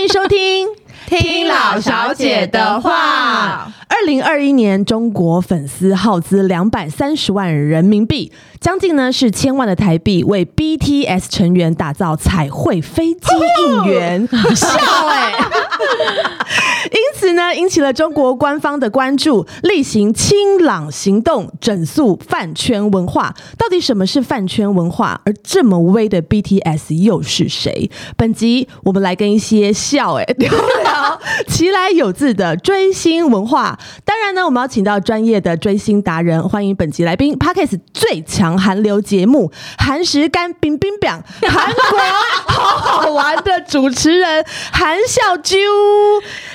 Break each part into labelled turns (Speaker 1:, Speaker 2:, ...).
Speaker 1: 迎收听《
Speaker 2: 听老小姐的话》。
Speaker 1: 二零二一年，中国粉丝耗资两百三十万人民币，将近呢是千万的台币，为 BTS 成员打造彩绘飞机应援，笑
Speaker 3: 欸
Speaker 1: 哎、因此呢，引起了中国官方的关注，例行清朗行动，整肃饭圈文化。到底什么是饭圈文化？而这么威的 BTS 又是谁？本集我们来跟一些笑哎、欸、聊聊其来有自的追星文化。当然呢，我们要请到专业的追星达人，欢迎本集来宾 p a c k e s 最强韩流节目《韩食干冰冰表》韩国好好玩的主持人韩孝啾，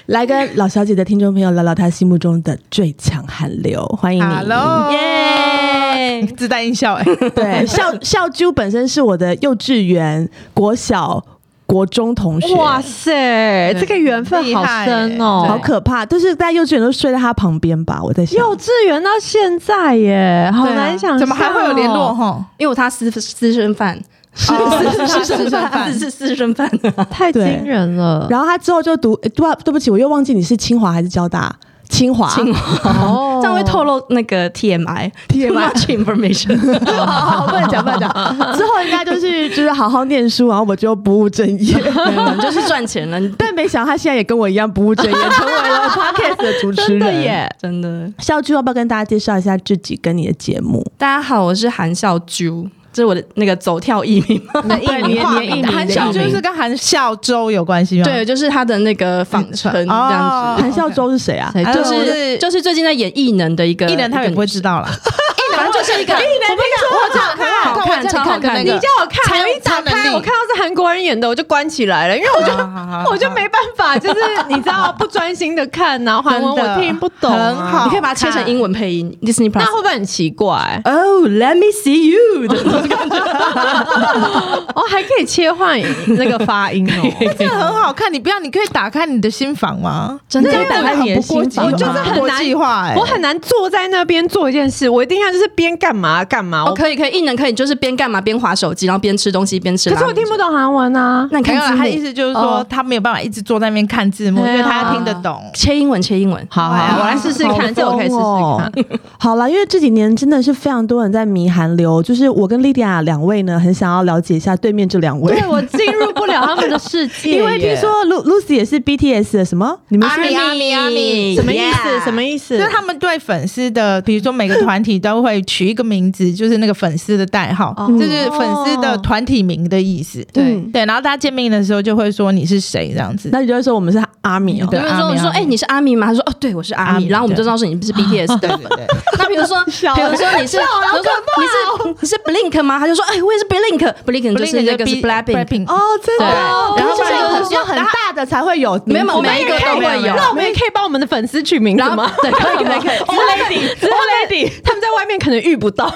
Speaker 1: 来跟老小姐的听众朋友聊聊她心目中的最强韩流，欢迎你。
Speaker 2: Hello，
Speaker 1: 耶
Speaker 2: 自带音效哎、
Speaker 1: 对，孝孝啾本身是我的幼稚园、国小、国中同学，
Speaker 4: 哇塞，这个缘分好深哦、
Speaker 1: 好可怕！就是在幼稚园都睡在他旁边吧，我在想。
Speaker 4: 幼稚园到现在耶，好难想、哦
Speaker 2: 怎么还会有联络？哈？
Speaker 3: 因为我他私私生饭，是
Speaker 2: 是是是
Speaker 3: 他只
Speaker 2: 饭，
Speaker 3: 是 私生饭，
Speaker 4: 太惊人了。
Speaker 1: 然后他之后就读，诶对、啊，对不起，我又忘记你是清华还是交大？清华，
Speaker 3: 清
Speaker 4: 哦
Speaker 3: 这样会透露那个 TMI too much information。
Speaker 1: 好好好，哦不能讲，不能讲。之后应该就是就是好好念书，然后我就不务正业。
Speaker 3: 没有你 就是赚钱了，你
Speaker 1: 但没想到他现在也跟我一样不务正业，成为了 podcast 的主持人。
Speaker 4: 真的耶！
Speaker 3: 真的。
Speaker 1: 孝剧要不要跟大家介绍一下自己跟你的节目？
Speaker 3: 大家好，我是韩笑啾，这是我的那个走跳艺名。
Speaker 1: 对你的
Speaker 2: 化
Speaker 1: 你的艺名
Speaker 2: 韩
Speaker 1: 你的
Speaker 2: 孝
Speaker 1: 艺名
Speaker 2: 就是跟韩孝周有关系吗？
Speaker 3: 对，就是他的那个仿称这样
Speaker 2: 哦
Speaker 3: 子。
Speaker 1: 韩孝周是谁啊？
Speaker 4: 谁
Speaker 3: 哎就
Speaker 2: 对哎我
Speaker 3: 是
Speaker 2: 是
Speaker 3: 就是最近在演艺能的一个
Speaker 2: 艺人他们也不会知道啦。
Speaker 3: 一个反正就是一个艺人，
Speaker 2: 我好看
Speaker 3: 好看超好看的
Speaker 4: 你叫我看，
Speaker 2: 才有
Speaker 4: 我一打
Speaker 2: 超能
Speaker 4: 开，
Speaker 2: 力
Speaker 4: 我看到是韩国人演的，我就关起来了，因为我就
Speaker 2: 啊
Speaker 4: 我就没办法，就是你知道不专心的看呐、韩文
Speaker 2: 真的
Speaker 4: 我听不懂、
Speaker 2: 很好
Speaker 3: 你可以把它切成英文配音，Disney
Speaker 4: 那
Speaker 3: Plus。
Speaker 4: 会不会很奇怪？
Speaker 3: Oh, let me see you 的那种
Speaker 4: 哦，还可以切换那个发音哦，
Speaker 2: 真的很好看，你不要，你可以打开你的新房吗？
Speaker 3: 真的
Speaker 2: 这个
Speaker 3: 打开
Speaker 2: 很
Speaker 3: 你的
Speaker 2: 不
Speaker 3: 心房
Speaker 2: 国际
Speaker 4: 我就是很难
Speaker 2: 国际化哎，
Speaker 4: 我很难坐在那边做一件事，我一定要就是边干嘛干嘛。
Speaker 3: 哦，
Speaker 4: 我
Speaker 3: 可以可以，艺能可以，就是边干嘛边划手机，然后边吃东西边吃。
Speaker 4: 可是我听不。懂韩文啊。
Speaker 3: 那你
Speaker 2: 没
Speaker 3: 看
Speaker 2: 有啦，他
Speaker 3: 字
Speaker 2: 意
Speaker 3: 幕，
Speaker 2: 思就是说
Speaker 4: 哦
Speaker 2: 他没有办法一直坐在那边看字幕，因为
Speaker 4: 对啊
Speaker 2: 他要听得懂。
Speaker 3: 切英文，切英文。
Speaker 4: 好
Speaker 2: 好好
Speaker 4: 我来试试
Speaker 1: 好
Speaker 4: 看，这我可以试试
Speaker 1: 疯哦。好啦，因为这几年真的是非常多人在迷韩流，就是我跟莉迪亚两位呢，很想要了解一下对面这两
Speaker 4: 看。
Speaker 1: 位
Speaker 4: 对，， 我进入不了他们的世界耶，
Speaker 1: 因为听说 Lu Lucy 也是 BTS 的什么？你们是
Speaker 3: 阿米阿米阿米
Speaker 4: 什么意思？
Speaker 3: Yeah
Speaker 4: 什么意思
Speaker 2: 就是？他们对粉丝的，比如说每个团体都会取一个名字，就是那个粉丝的代号，
Speaker 4: 哦
Speaker 2: 就是粉丝的团体名的意思。
Speaker 4: 对
Speaker 2: 对，然后大家见面的时候就会说你是谁这样子。
Speaker 1: 那你就会说我们是阿米哦。
Speaker 2: 对
Speaker 3: 比如
Speaker 2: 阿
Speaker 3: 说
Speaker 2: 米
Speaker 3: 我说，
Speaker 2: 阿米啊
Speaker 3: 哎，你是阿米吗？他说，哦，对，我是阿
Speaker 2: 阿
Speaker 3: 米。
Speaker 2: 米
Speaker 3: 然后我们就知道是你是 BTS
Speaker 2: 对
Speaker 3: 的。
Speaker 2: 对对，
Speaker 3: 那比如 说，比如说你是，比如说你是你是 Blink 吗？他就说，哎，我也是 Blink，Blink 就是那个是 Blackpink。
Speaker 2: Blackpink
Speaker 1: 哦，真的哦，
Speaker 3: 对
Speaker 1: 可是就是
Speaker 3: 然后
Speaker 1: 很要很大的才会有名字，
Speaker 3: 没有
Speaker 1: 我们
Speaker 3: 每一个
Speaker 1: 也可以
Speaker 3: 都会有
Speaker 4: 那我们也可以帮我们的粉丝取名字
Speaker 3: 然后
Speaker 4: 吗？
Speaker 3: 对，可以可以可以。
Speaker 4: 哦 lady，只 lady，他们在外面可能遇不到。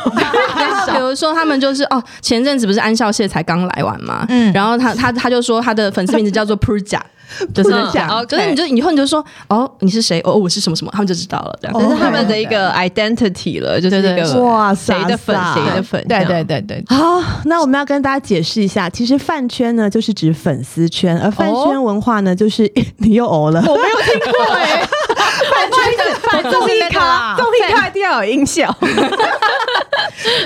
Speaker 3: 然后比如说他们就是哦，前阵子不是安孝燮才刚来完嘛，
Speaker 2: 嗯
Speaker 3: 然后他他他就说他的粉丝名字叫做 Pruja，就是
Speaker 4: 嗯
Speaker 3: 这样，
Speaker 4: OK
Speaker 3: 就是你就以后你就说哦你是谁哦我是什么什么，他们就知道了这样。
Speaker 4: 这是他们的一 个 identity 了，就是一
Speaker 3: 对对
Speaker 4: 个
Speaker 1: 哇
Speaker 4: 谁的粉
Speaker 1: 傻傻
Speaker 4: 谁的粉，
Speaker 2: 对对对对，
Speaker 1: 好，那我们要跟大家解释一下，其实饭圈呢就是指粉丝圈，而饭圈文化呢就是你又哦了，
Speaker 4: 我没有听过哎、欸，反正反综艺咖，综艺咖一定要有 音效。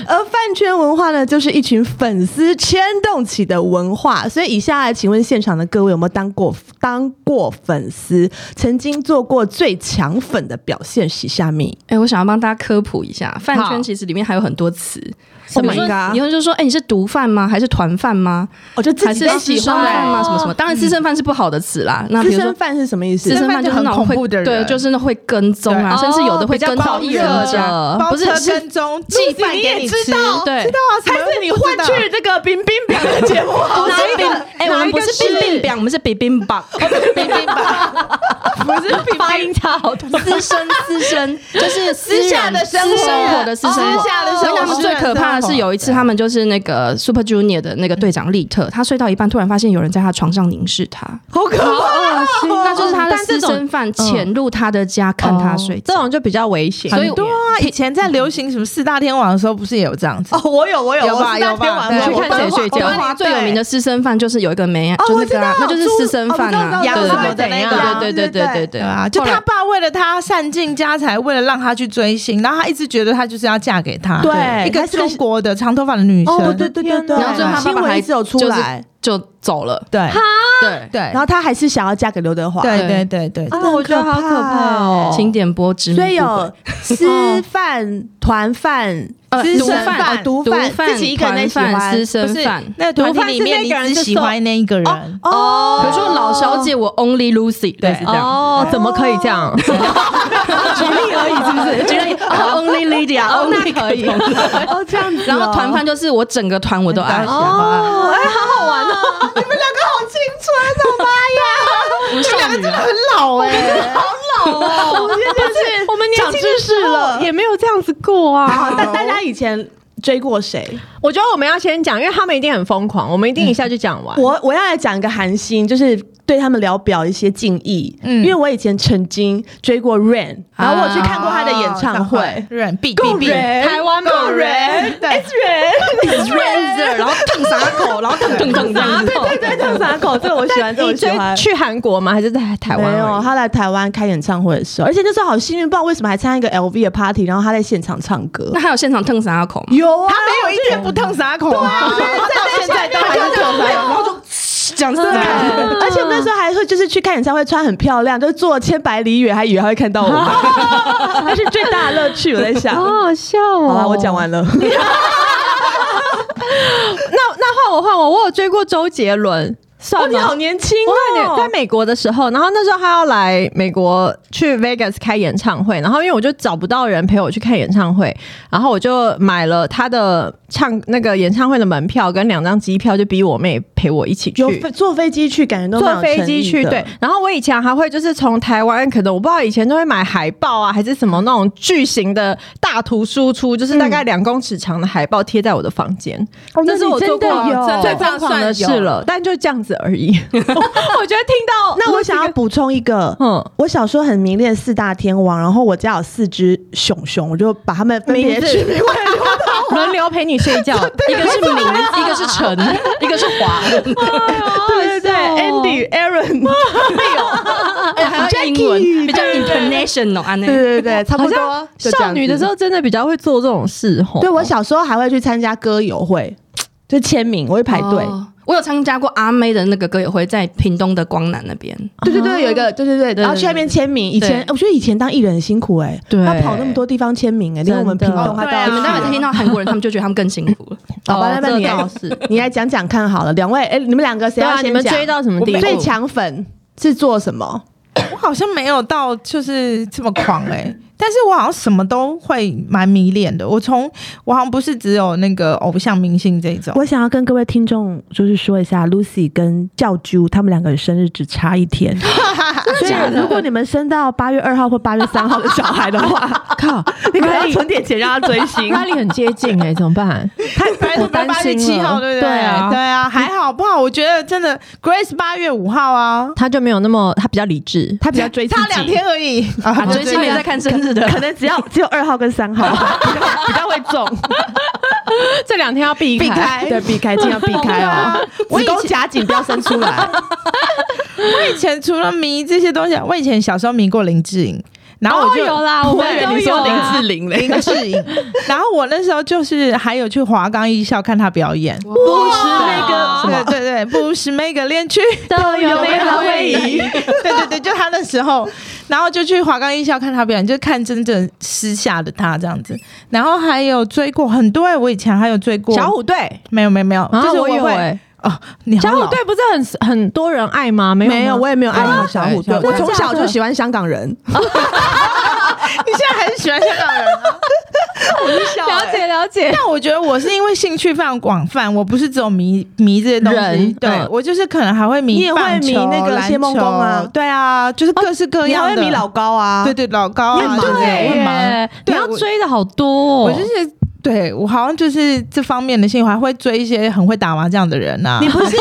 Speaker 1: 而饭圈文化呢就是一群粉丝牵动起的文化。所以以下来，请问现场的各位有没有当过当过粉丝，曾经做过最强粉的表现？洗下面
Speaker 3: 哎、我想要帮大家科普一下，饭
Speaker 4: 好
Speaker 3: 圈其实里面还有很多词。
Speaker 1: Oh
Speaker 3: 比如说
Speaker 1: my god
Speaker 3: 以后就说，哎、你是毒贩吗？还是团贩吗？
Speaker 1: 我就自
Speaker 3: 还
Speaker 1: 己
Speaker 3: 是
Speaker 1: 在
Speaker 3: 私
Speaker 1: 喜
Speaker 3: 生饭
Speaker 1: 欢
Speaker 3: 吗？什么什么？当然，私生饭是不好的词啦。那比
Speaker 1: 资
Speaker 3: 如说
Speaker 1: 深，饭是什么意思
Speaker 3: 私？生饭
Speaker 2: 饭就
Speaker 3: 就是
Speaker 2: 很
Speaker 3: 那种会
Speaker 2: 恐怖的人
Speaker 3: 对，就是那会跟踪啊，
Speaker 2: 对
Speaker 3: 甚至有的会
Speaker 4: 哦比较
Speaker 3: 跟到艺人家，
Speaker 2: 包
Speaker 3: 不是
Speaker 2: 车
Speaker 3: 是
Speaker 2: 跟踪
Speaker 3: 寄
Speaker 2: 寄饭
Speaker 3: 你
Speaker 2: 给
Speaker 3: 也
Speaker 2: 你
Speaker 3: 知
Speaker 2: 吃
Speaker 3: 道对
Speaker 2: 知道啊，
Speaker 1: 还是你换去这个冰冰表的 节目？
Speaker 3: 哪一个？哎、我
Speaker 4: 哪
Speaker 3: 们
Speaker 4: 一
Speaker 3: 不
Speaker 4: 个
Speaker 3: 是冰冰冰，我们是冰冰棒，
Speaker 2: 冰冰吧？不是冰
Speaker 4: 发音差好多。
Speaker 3: 私生私生，就是私
Speaker 2: 私下
Speaker 3: 人
Speaker 2: 的生活
Speaker 3: 私生活的私生活。
Speaker 2: 私下的生活
Speaker 3: 所以他们最可怕怕的是有一次他们就是那个 Super Junior 的那个队长利特，他睡到一半突然发现有人在他床上凝视他，
Speaker 1: 好可怕，
Speaker 3: 那就是他的
Speaker 4: 但这
Speaker 3: 私
Speaker 4: 种
Speaker 3: 生饭潜入他的家看他睡
Speaker 4: 这
Speaker 3: 觉。
Speaker 4: 种就比较危险。
Speaker 3: 所以
Speaker 2: 很多啊，以前在流行什么四大天王的时候，不是也有这样子？
Speaker 1: 哦，我有，我有，
Speaker 2: 有吧
Speaker 1: 啊我是那
Speaker 2: 有吧
Speaker 1: 天晚
Speaker 2: 对
Speaker 1: 上
Speaker 4: 去看谁睡觉
Speaker 1: 我
Speaker 3: 台
Speaker 1: 跟你
Speaker 3: 湾最有名的私生饭就是有一个梅，
Speaker 1: 哦，
Speaker 3: 就
Speaker 1: 我
Speaker 3: 那
Speaker 1: 知
Speaker 3: 个
Speaker 1: 道
Speaker 3: 啊，，那就是私生饭
Speaker 1: 哦
Speaker 3: 啊，
Speaker 1: 我知
Speaker 4: 对对对
Speaker 1: 道我
Speaker 4: 对
Speaker 1: 知道
Speaker 4: 对
Speaker 1: 我知道
Speaker 3: 对对对对对
Speaker 1: 对
Speaker 3: 对
Speaker 2: 对啊，就
Speaker 3: 后来
Speaker 2: 他爸为了他散尽家财，为了让他去追星，然后他一直觉得他就是要嫁给他，
Speaker 1: 对
Speaker 2: 一个
Speaker 1: 她是个
Speaker 2: 中国的长头发的女生，
Speaker 1: 哦，对对对对，
Speaker 3: 然后最后他爸
Speaker 1: 新
Speaker 3: 爸
Speaker 1: 闻
Speaker 3: 还
Speaker 1: 一直有出
Speaker 3: 就是
Speaker 1: 来，
Speaker 3: 就走了。
Speaker 1: 啊
Speaker 2: 对
Speaker 3: 对，
Speaker 2: 对，
Speaker 1: 然后他还是想要嫁给刘德华，
Speaker 2: 对对对对，
Speaker 4: 啊，我觉得好可怕哦。
Speaker 3: 请点播知名
Speaker 1: 所以
Speaker 3: 部
Speaker 1: 有
Speaker 3: 分
Speaker 1: 私饭、团饭、
Speaker 3: 呃
Speaker 1: 私
Speaker 3: 毒
Speaker 1: 生
Speaker 3: 贩
Speaker 1: 哦毒
Speaker 3: 毒
Speaker 1: 贩，
Speaker 3: 贩
Speaker 1: 自己一个人在
Speaker 3: 团
Speaker 1: 喜
Speaker 3: 贩、私
Speaker 1: 欢。
Speaker 3: 生饭。
Speaker 2: 那个团体里面你
Speaker 4: 毒贩是那个人
Speaker 2: 只喜欢那一个人，
Speaker 1: 哦
Speaker 3: 比如说老小姐，我 Only Lucy，
Speaker 2: 对
Speaker 3: 类似这样。
Speaker 4: 哦，怎么可以这样？
Speaker 1: 举例而已，是不
Speaker 3: 觉
Speaker 1: 是？
Speaker 3: 得 哦 Only Lydia，
Speaker 4: 哦
Speaker 3: Only
Speaker 4: 那可以
Speaker 3: 各种
Speaker 1: 哦，这样子哦。
Speaker 3: 然后团饭就是我整个团我都爱
Speaker 2: 大家喜，欢。
Speaker 4: 哦，哎，好好玩哦！你们两个好青春哦，
Speaker 3: 我少女啊。
Speaker 1: 老哎，
Speaker 4: 好老哦！不是，我们年轻的时候也没有这样子过啊。
Speaker 1: 但大
Speaker 3: 哦
Speaker 1: 家以前追过谁？
Speaker 4: 我觉得我们要先讲，因为他们一定很疯狂，我们一定一下就讲完。
Speaker 1: 我我要来讲一个韩星，就是对他们聊表一些敬意。嗯，因为我以前曾经追过 Rain，然后我去看过他的
Speaker 3: 啊
Speaker 1: 演唱
Speaker 4: 啊
Speaker 1: 会。
Speaker 2: 人必必
Speaker 1: 够
Speaker 2: 必，
Speaker 1: 人，
Speaker 4: 台湾嘛
Speaker 1: 够人
Speaker 2: 对
Speaker 1: ，S 人，
Speaker 3: Friends，然后瞪傻口，然后瞪瞪瞪
Speaker 4: 傻
Speaker 3: 瞪
Speaker 4: 对
Speaker 3: 瞪。
Speaker 1: 对对，邓傻口，这个我喜欢，这个我
Speaker 4: 你
Speaker 1: 喜
Speaker 4: 追
Speaker 1: 欢。
Speaker 4: 去韩国吗？还是在台湾而已？
Speaker 1: 没有，他来台湾开演唱会的时候，而且那时候好幸运，不知道为什么还参加一个 LV 的 party，然后他在现场唱歌
Speaker 3: 那。还有现场瞪傻口吗？
Speaker 1: 有啊，
Speaker 2: 他没有一天不烫傻口啊，到现在都还是烫傻口，然后就
Speaker 3: 讲真
Speaker 1: 对啊
Speaker 3: 的，
Speaker 1: 而且我们那时候还会就是去看演唱会，穿很漂亮，就坐千百里远，还以为他会看到 我们，那是最大的乐趣。我在想，
Speaker 4: 好
Speaker 1: 好
Speaker 4: 好笑哦！
Speaker 1: 了，我讲。完了。
Speaker 4: 那那换我换我，我有追过周杰伦，
Speaker 1: 哦，
Speaker 4: 算
Speaker 1: 你
Speaker 4: 吗
Speaker 1: 好？年轻
Speaker 4: 我有点在
Speaker 1: 哦，
Speaker 4: 美国的时候，然后那时候他要来美国去 Vegas 开演唱会，然后因为我就找不到人陪我去看演唱会，然后我就买了他的唱那个演唱会的门票跟两张机票，就逼我妹陪我一起去。
Speaker 1: 有飞坐飞机去，感觉都蛮
Speaker 4: 坐
Speaker 1: 有
Speaker 4: 飞
Speaker 1: 诚
Speaker 4: 机
Speaker 1: 意
Speaker 4: 去，
Speaker 1: 的
Speaker 4: 对。然后我以前还会就是从台湾，可能我不知道以前都会买海报啊，还是什么那种巨型的大图输出，就是大概两公尺长的海报贴在我的房间。
Speaker 1: 哦那
Speaker 4: 这是
Speaker 1: 你
Speaker 4: 我
Speaker 1: 真
Speaker 4: 做
Speaker 1: 的
Speaker 4: 过
Speaker 1: 有
Speaker 4: 最疯狂的事了，但就这样子而已。我觉得听到
Speaker 1: 那我想要补充一个，
Speaker 4: 嗯
Speaker 1: 我小时候很迷恋四大天王，然后我家有四只熊熊，我就把它们分别
Speaker 4: 名
Speaker 1: 取名
Speaker 4: 字 轮流陪你睡 觉，
Speaker 3: 一个是明，一个是陈，一个是华，
Speaker 1: 对对对，Andy、Aaron，
Speaker 4: 哦
Speaker 3: 而且哎还要英文，比较 international 啊，那
Speaker 1: 对 对对，差不
Speaker 4: 好
Speaker 1: 多
Speaker 4: 像。
Speaker 1: 就这样
Speaker 4: 少女的
Speaker 1: 子嗯
Speaker 4: 时，候真的比较会做这种事吼。哦
Speaker 1: 对我小时候还会去参加歌友会，就签名，我会排队。
Speaker 3: 哦我有参加过阿妹的那个歌友会，在屏东的光南那边。
Speaker 1: 对对对，有一个，对对对，然后
Speaker 3: 对
Speaker 1: 去那边签名。以前
Speaker 3: 对
Speaker 1: 我觉得以前当艺人很辛苦哎，
Speaker 4: 对
Speaker 1: 要跑那么多地方签名哎，连我们屏
Speaker 4: 真的哦
Speaker 1: 东他
Speaker 2: 对
Speaker 1: 到
Speaker 2: 啊
Speaker 3: 你们待会听到韩国人，他们就觉得他们更幸福了。
Speaker 1: 好吧，那那
Speaker 4: 这
Speaker 1: 你来
Speaker 4: 倒是，
Speaker 1: 你来讲讲看好了，两位哎，你们两个谁
Speaker 4: 对
Speaker 1: 要
Speaker 4: 啊，
Speaker 1: 先
Speaker 4: 你们
Speaker 1: 讲
Speaker 4: 追到什么地步？
Speaker 1: 最强粉是做什么？
Speaker 2: 我好像没有到就是这么狂哎、但是我好像什么都会蛮迷恋的。我从我好像不是只有那个偶像明星这一种，
Speaker 1: 我想要跟各位听众就是说一下，Lucy 跟教啾他们两个人生日只差一天， 所以如果你们生到八月二号或八月三号的小孩的 话，
Speaker 4: 靠，
Speaker 1: 你可能要存点钱让他追星。
Speaker 4: 拉力很接近哎，怎么办？
Speaker 2: 太白
Speaker 4: 我担
Speaker 2: 八月
Speaker 4: 心
Speaker 2: 七号
Speaker 4: 了
Speaker 2: 对不
Speaker 4: 对啊
Speaker 2: 对啊，还好不好？我觉得真的 Grace 八月五号啊，
Speaker 4: 他就没有那么，他比较理智，
Speaker 1: 他比较追自己，
Speaker 2: 差两天而已啊
Speaker 3: 啊，追星没在看生日的，
Speaker 1: 可能只要只有二号跟三 号比较比较会中，
Speaker 4: 这两天要避
Speaker 2: 避开
Speaker 1: 对，避开尽量 避
Speaker 4: 啊
Speaker 1: 开
Speaker 2: 啊
Speaker 1: 哦，子宫夹紧不要生出来。
Speaker 2: 我以前除了迷这些东西，啊我以前小时候迷过林志颖，然后我就、
Speaker 4: 哦有 啦我们
Speaker 2: 以为
Speaker 4: 都
Speaker 2: 你说
Speaker 4: 有啦
Speaker 2: 志玲嘞，林志颖。 然后我那时候就是还有去华冈艺校看他表演，不
Speaker 1: 是那个什么
Speaker 2: 对对对，不是每个恋曲
Speaker 4: 都有美好回忆。
Speaker 2: 对对对，就他那时候，然后就去华冈艺校看他表演，就看真正私下的他这样子。然后还有追过很多、欸，我以前还有追过
Speaker 4: 小虎队，
Speaker 2: 没有没有没有，
Speaker 4: 啊
Speaker 2: 就是
Speaker 4: 我有
Speaker 2: 会
Speaker 4: 欸
Speaker 2: 哦，你好
Speaker 4: 小虎
Speaker 2: 老
Speaker 4: 队不是很很多人爱吗？没有吗，
Speaker 1: 没有，我也没有爱好小虎队，
Speaker 2: 对
Speaker 1: 我从小就喜欢香港人。
Speaker 2: 你现在还是喜欢香港人啊？
Speaker 4: 了解了解。
Speaker 2: 但我觉得我是因为兴趣非常广泛，我不是只有迷迷这些东西
Speaker 4: 人，
Speaker 2: 对、
Speaker 4: 嗯
Speaker 2: 我就是可能还会迷
Speaker 1: 你也会
Speaker 2: 棒球
Speaker 1: 迷那个
Speaker 2: 篮
Speaker 1: 谢梦
Speaker 2: 球
Speaker 1: 工啊哦
Speaker 2: 对啊，就是各式各
Speaker 1: 你
Speaker 2: 样
Speaker 1: 还
Speaker 2: 的。
Speaker 1: 会迷老高啊？
Speaker 2: 对对老高啊，
Speaker 1: 你很忙
Speaker 2: 对
Speaker 1: 欸
Speaker 2: 我很忙
Speaker 4: 耶，你要
Speaker 2: 对我
Speaker 4: 追的好多哦，
Speaker 2: 我就是对我好像就是这方面的兴趣，我还会追一些很会打麻将的人啊。
Speaker 1: 你不是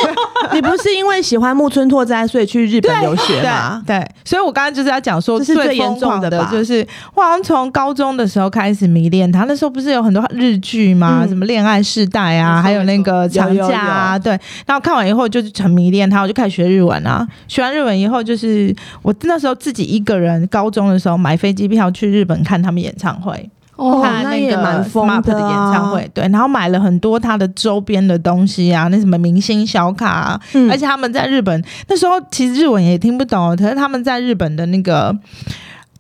Speaker 1: 你不是因为喜欢木村拓哉所以去日本留学吗？
Speaker 2: 对，对所以我刚刚就是要讲说，
Speaker 1: 这是最
Speaker 2: 疯狂
Speaker 1: 严重的
Speaker 2: 的
Speaker 1: 吧
Speaker 2: 就是我好像从高中的时候开始迷恋他。那时候不是有很多日剧吗？
Speaker 1: 嗯
Speaker 2: 什么《恋爱世代》
Speaker 3: 没
Speaker 2: 啊，
Speaker 3: 错
Speaker 2: 还有那个长假啊，对。然后看完以后就是很迷恋他，我就开始学日文啊。学完日文以后，就是我那时候自己一个人，高中的时候买飞机票去日本看他们演唱会。
Speaker 3: 哦
Speaker 2: 看
Speaker 1: 那
Speaker 2: 那
Speaker 1: 也
Speaker 2: 个
Speaker 1: 蛮疯
Speaker 2: SMAP
Speaker 1: 的
Speaker 2: 的演
Speaker 1: 啊
Speaker 2: 唱会，对，然后买了很多他的周边的东西啊，那什么明星小卡、啊，
Speaker 1: 嗯
Speaker 2: 而且他们在日本那时候其实日文也听不懂，哦可是他们在日本的那个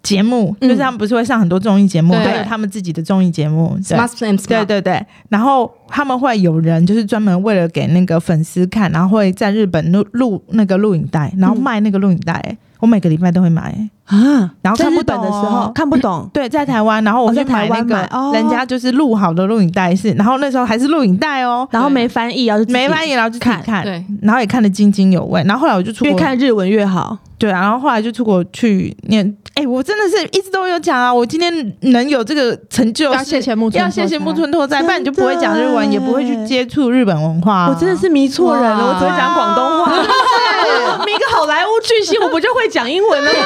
Speaker 2: 节目，
Speaker 1: 嗯
Speaker 2: 就是他们不是会上很多综艺节目，
Speaker 3: 对
Speaker 2: 还有他们自己的综艺节目，对。
Speaker 3: ，Smart Plan，
Speaker 2: 对对对，然后他们会有人就是专门为了给那个粉丝看，然后会在日本录录那个录影带，然后
Speaker 1: 嗯
Speaker 2: 卖那个录影带、欸我每个礼拜都会买、欸
Speaker 1: 啊，
Speaker 2: 然后
Speaker 1: 在
Speaker 2: 看不
Speaker 1: 日本的时
Speaker 2: 懂
Speaker 1: 候
Speaker 2: 哦
Speaker 1: 看不 懂，
Speaker 2: 对，在台湾，然后
Speaker 1: 哦
Speaker 2: 我
Speaker 1: 在
Speaker 2: 去
Speaker 1: 台
Speaker 2: 买那
Speaker 1: 湾
Speaker 2: 个
Speaker 1: 买哦
Speaker 2: 人家就是录好的录影带是，然后那时候还是录影带哦，
Speaker 1: 然后没翻译，然后就自己
Speaker 2: 没翻译，然后就自己
Speaker 1: 看
Speaker 2: 看，
Speaker 3: 对，
Speaker 2: 然后也看得津津有味。然后后来我就出
Speaker 1: 越
Speaker 2: 国，
Speaker 1: 看日文越好。
Speaker 2: 对啊，然后后来就出国去念。哎、我真的是一直都有讲啊，我今天能有这个成就
Speaker 4: 要谢
Speaker 2: 是。
Speaker 4: 谢木村，
Speaker 2: 要谢谢木。村拓哉，不然你就不会讲日文，
Speaker 1: 真的
Speaker 2: 也不会去接触日本文化啊、
Speaker 1: 我真的是迷错人了，
Speaker 3: 哇
Speaker 1: 我只会讲广东话。迷个好莱坞巨星，我不就会讲英文了吗？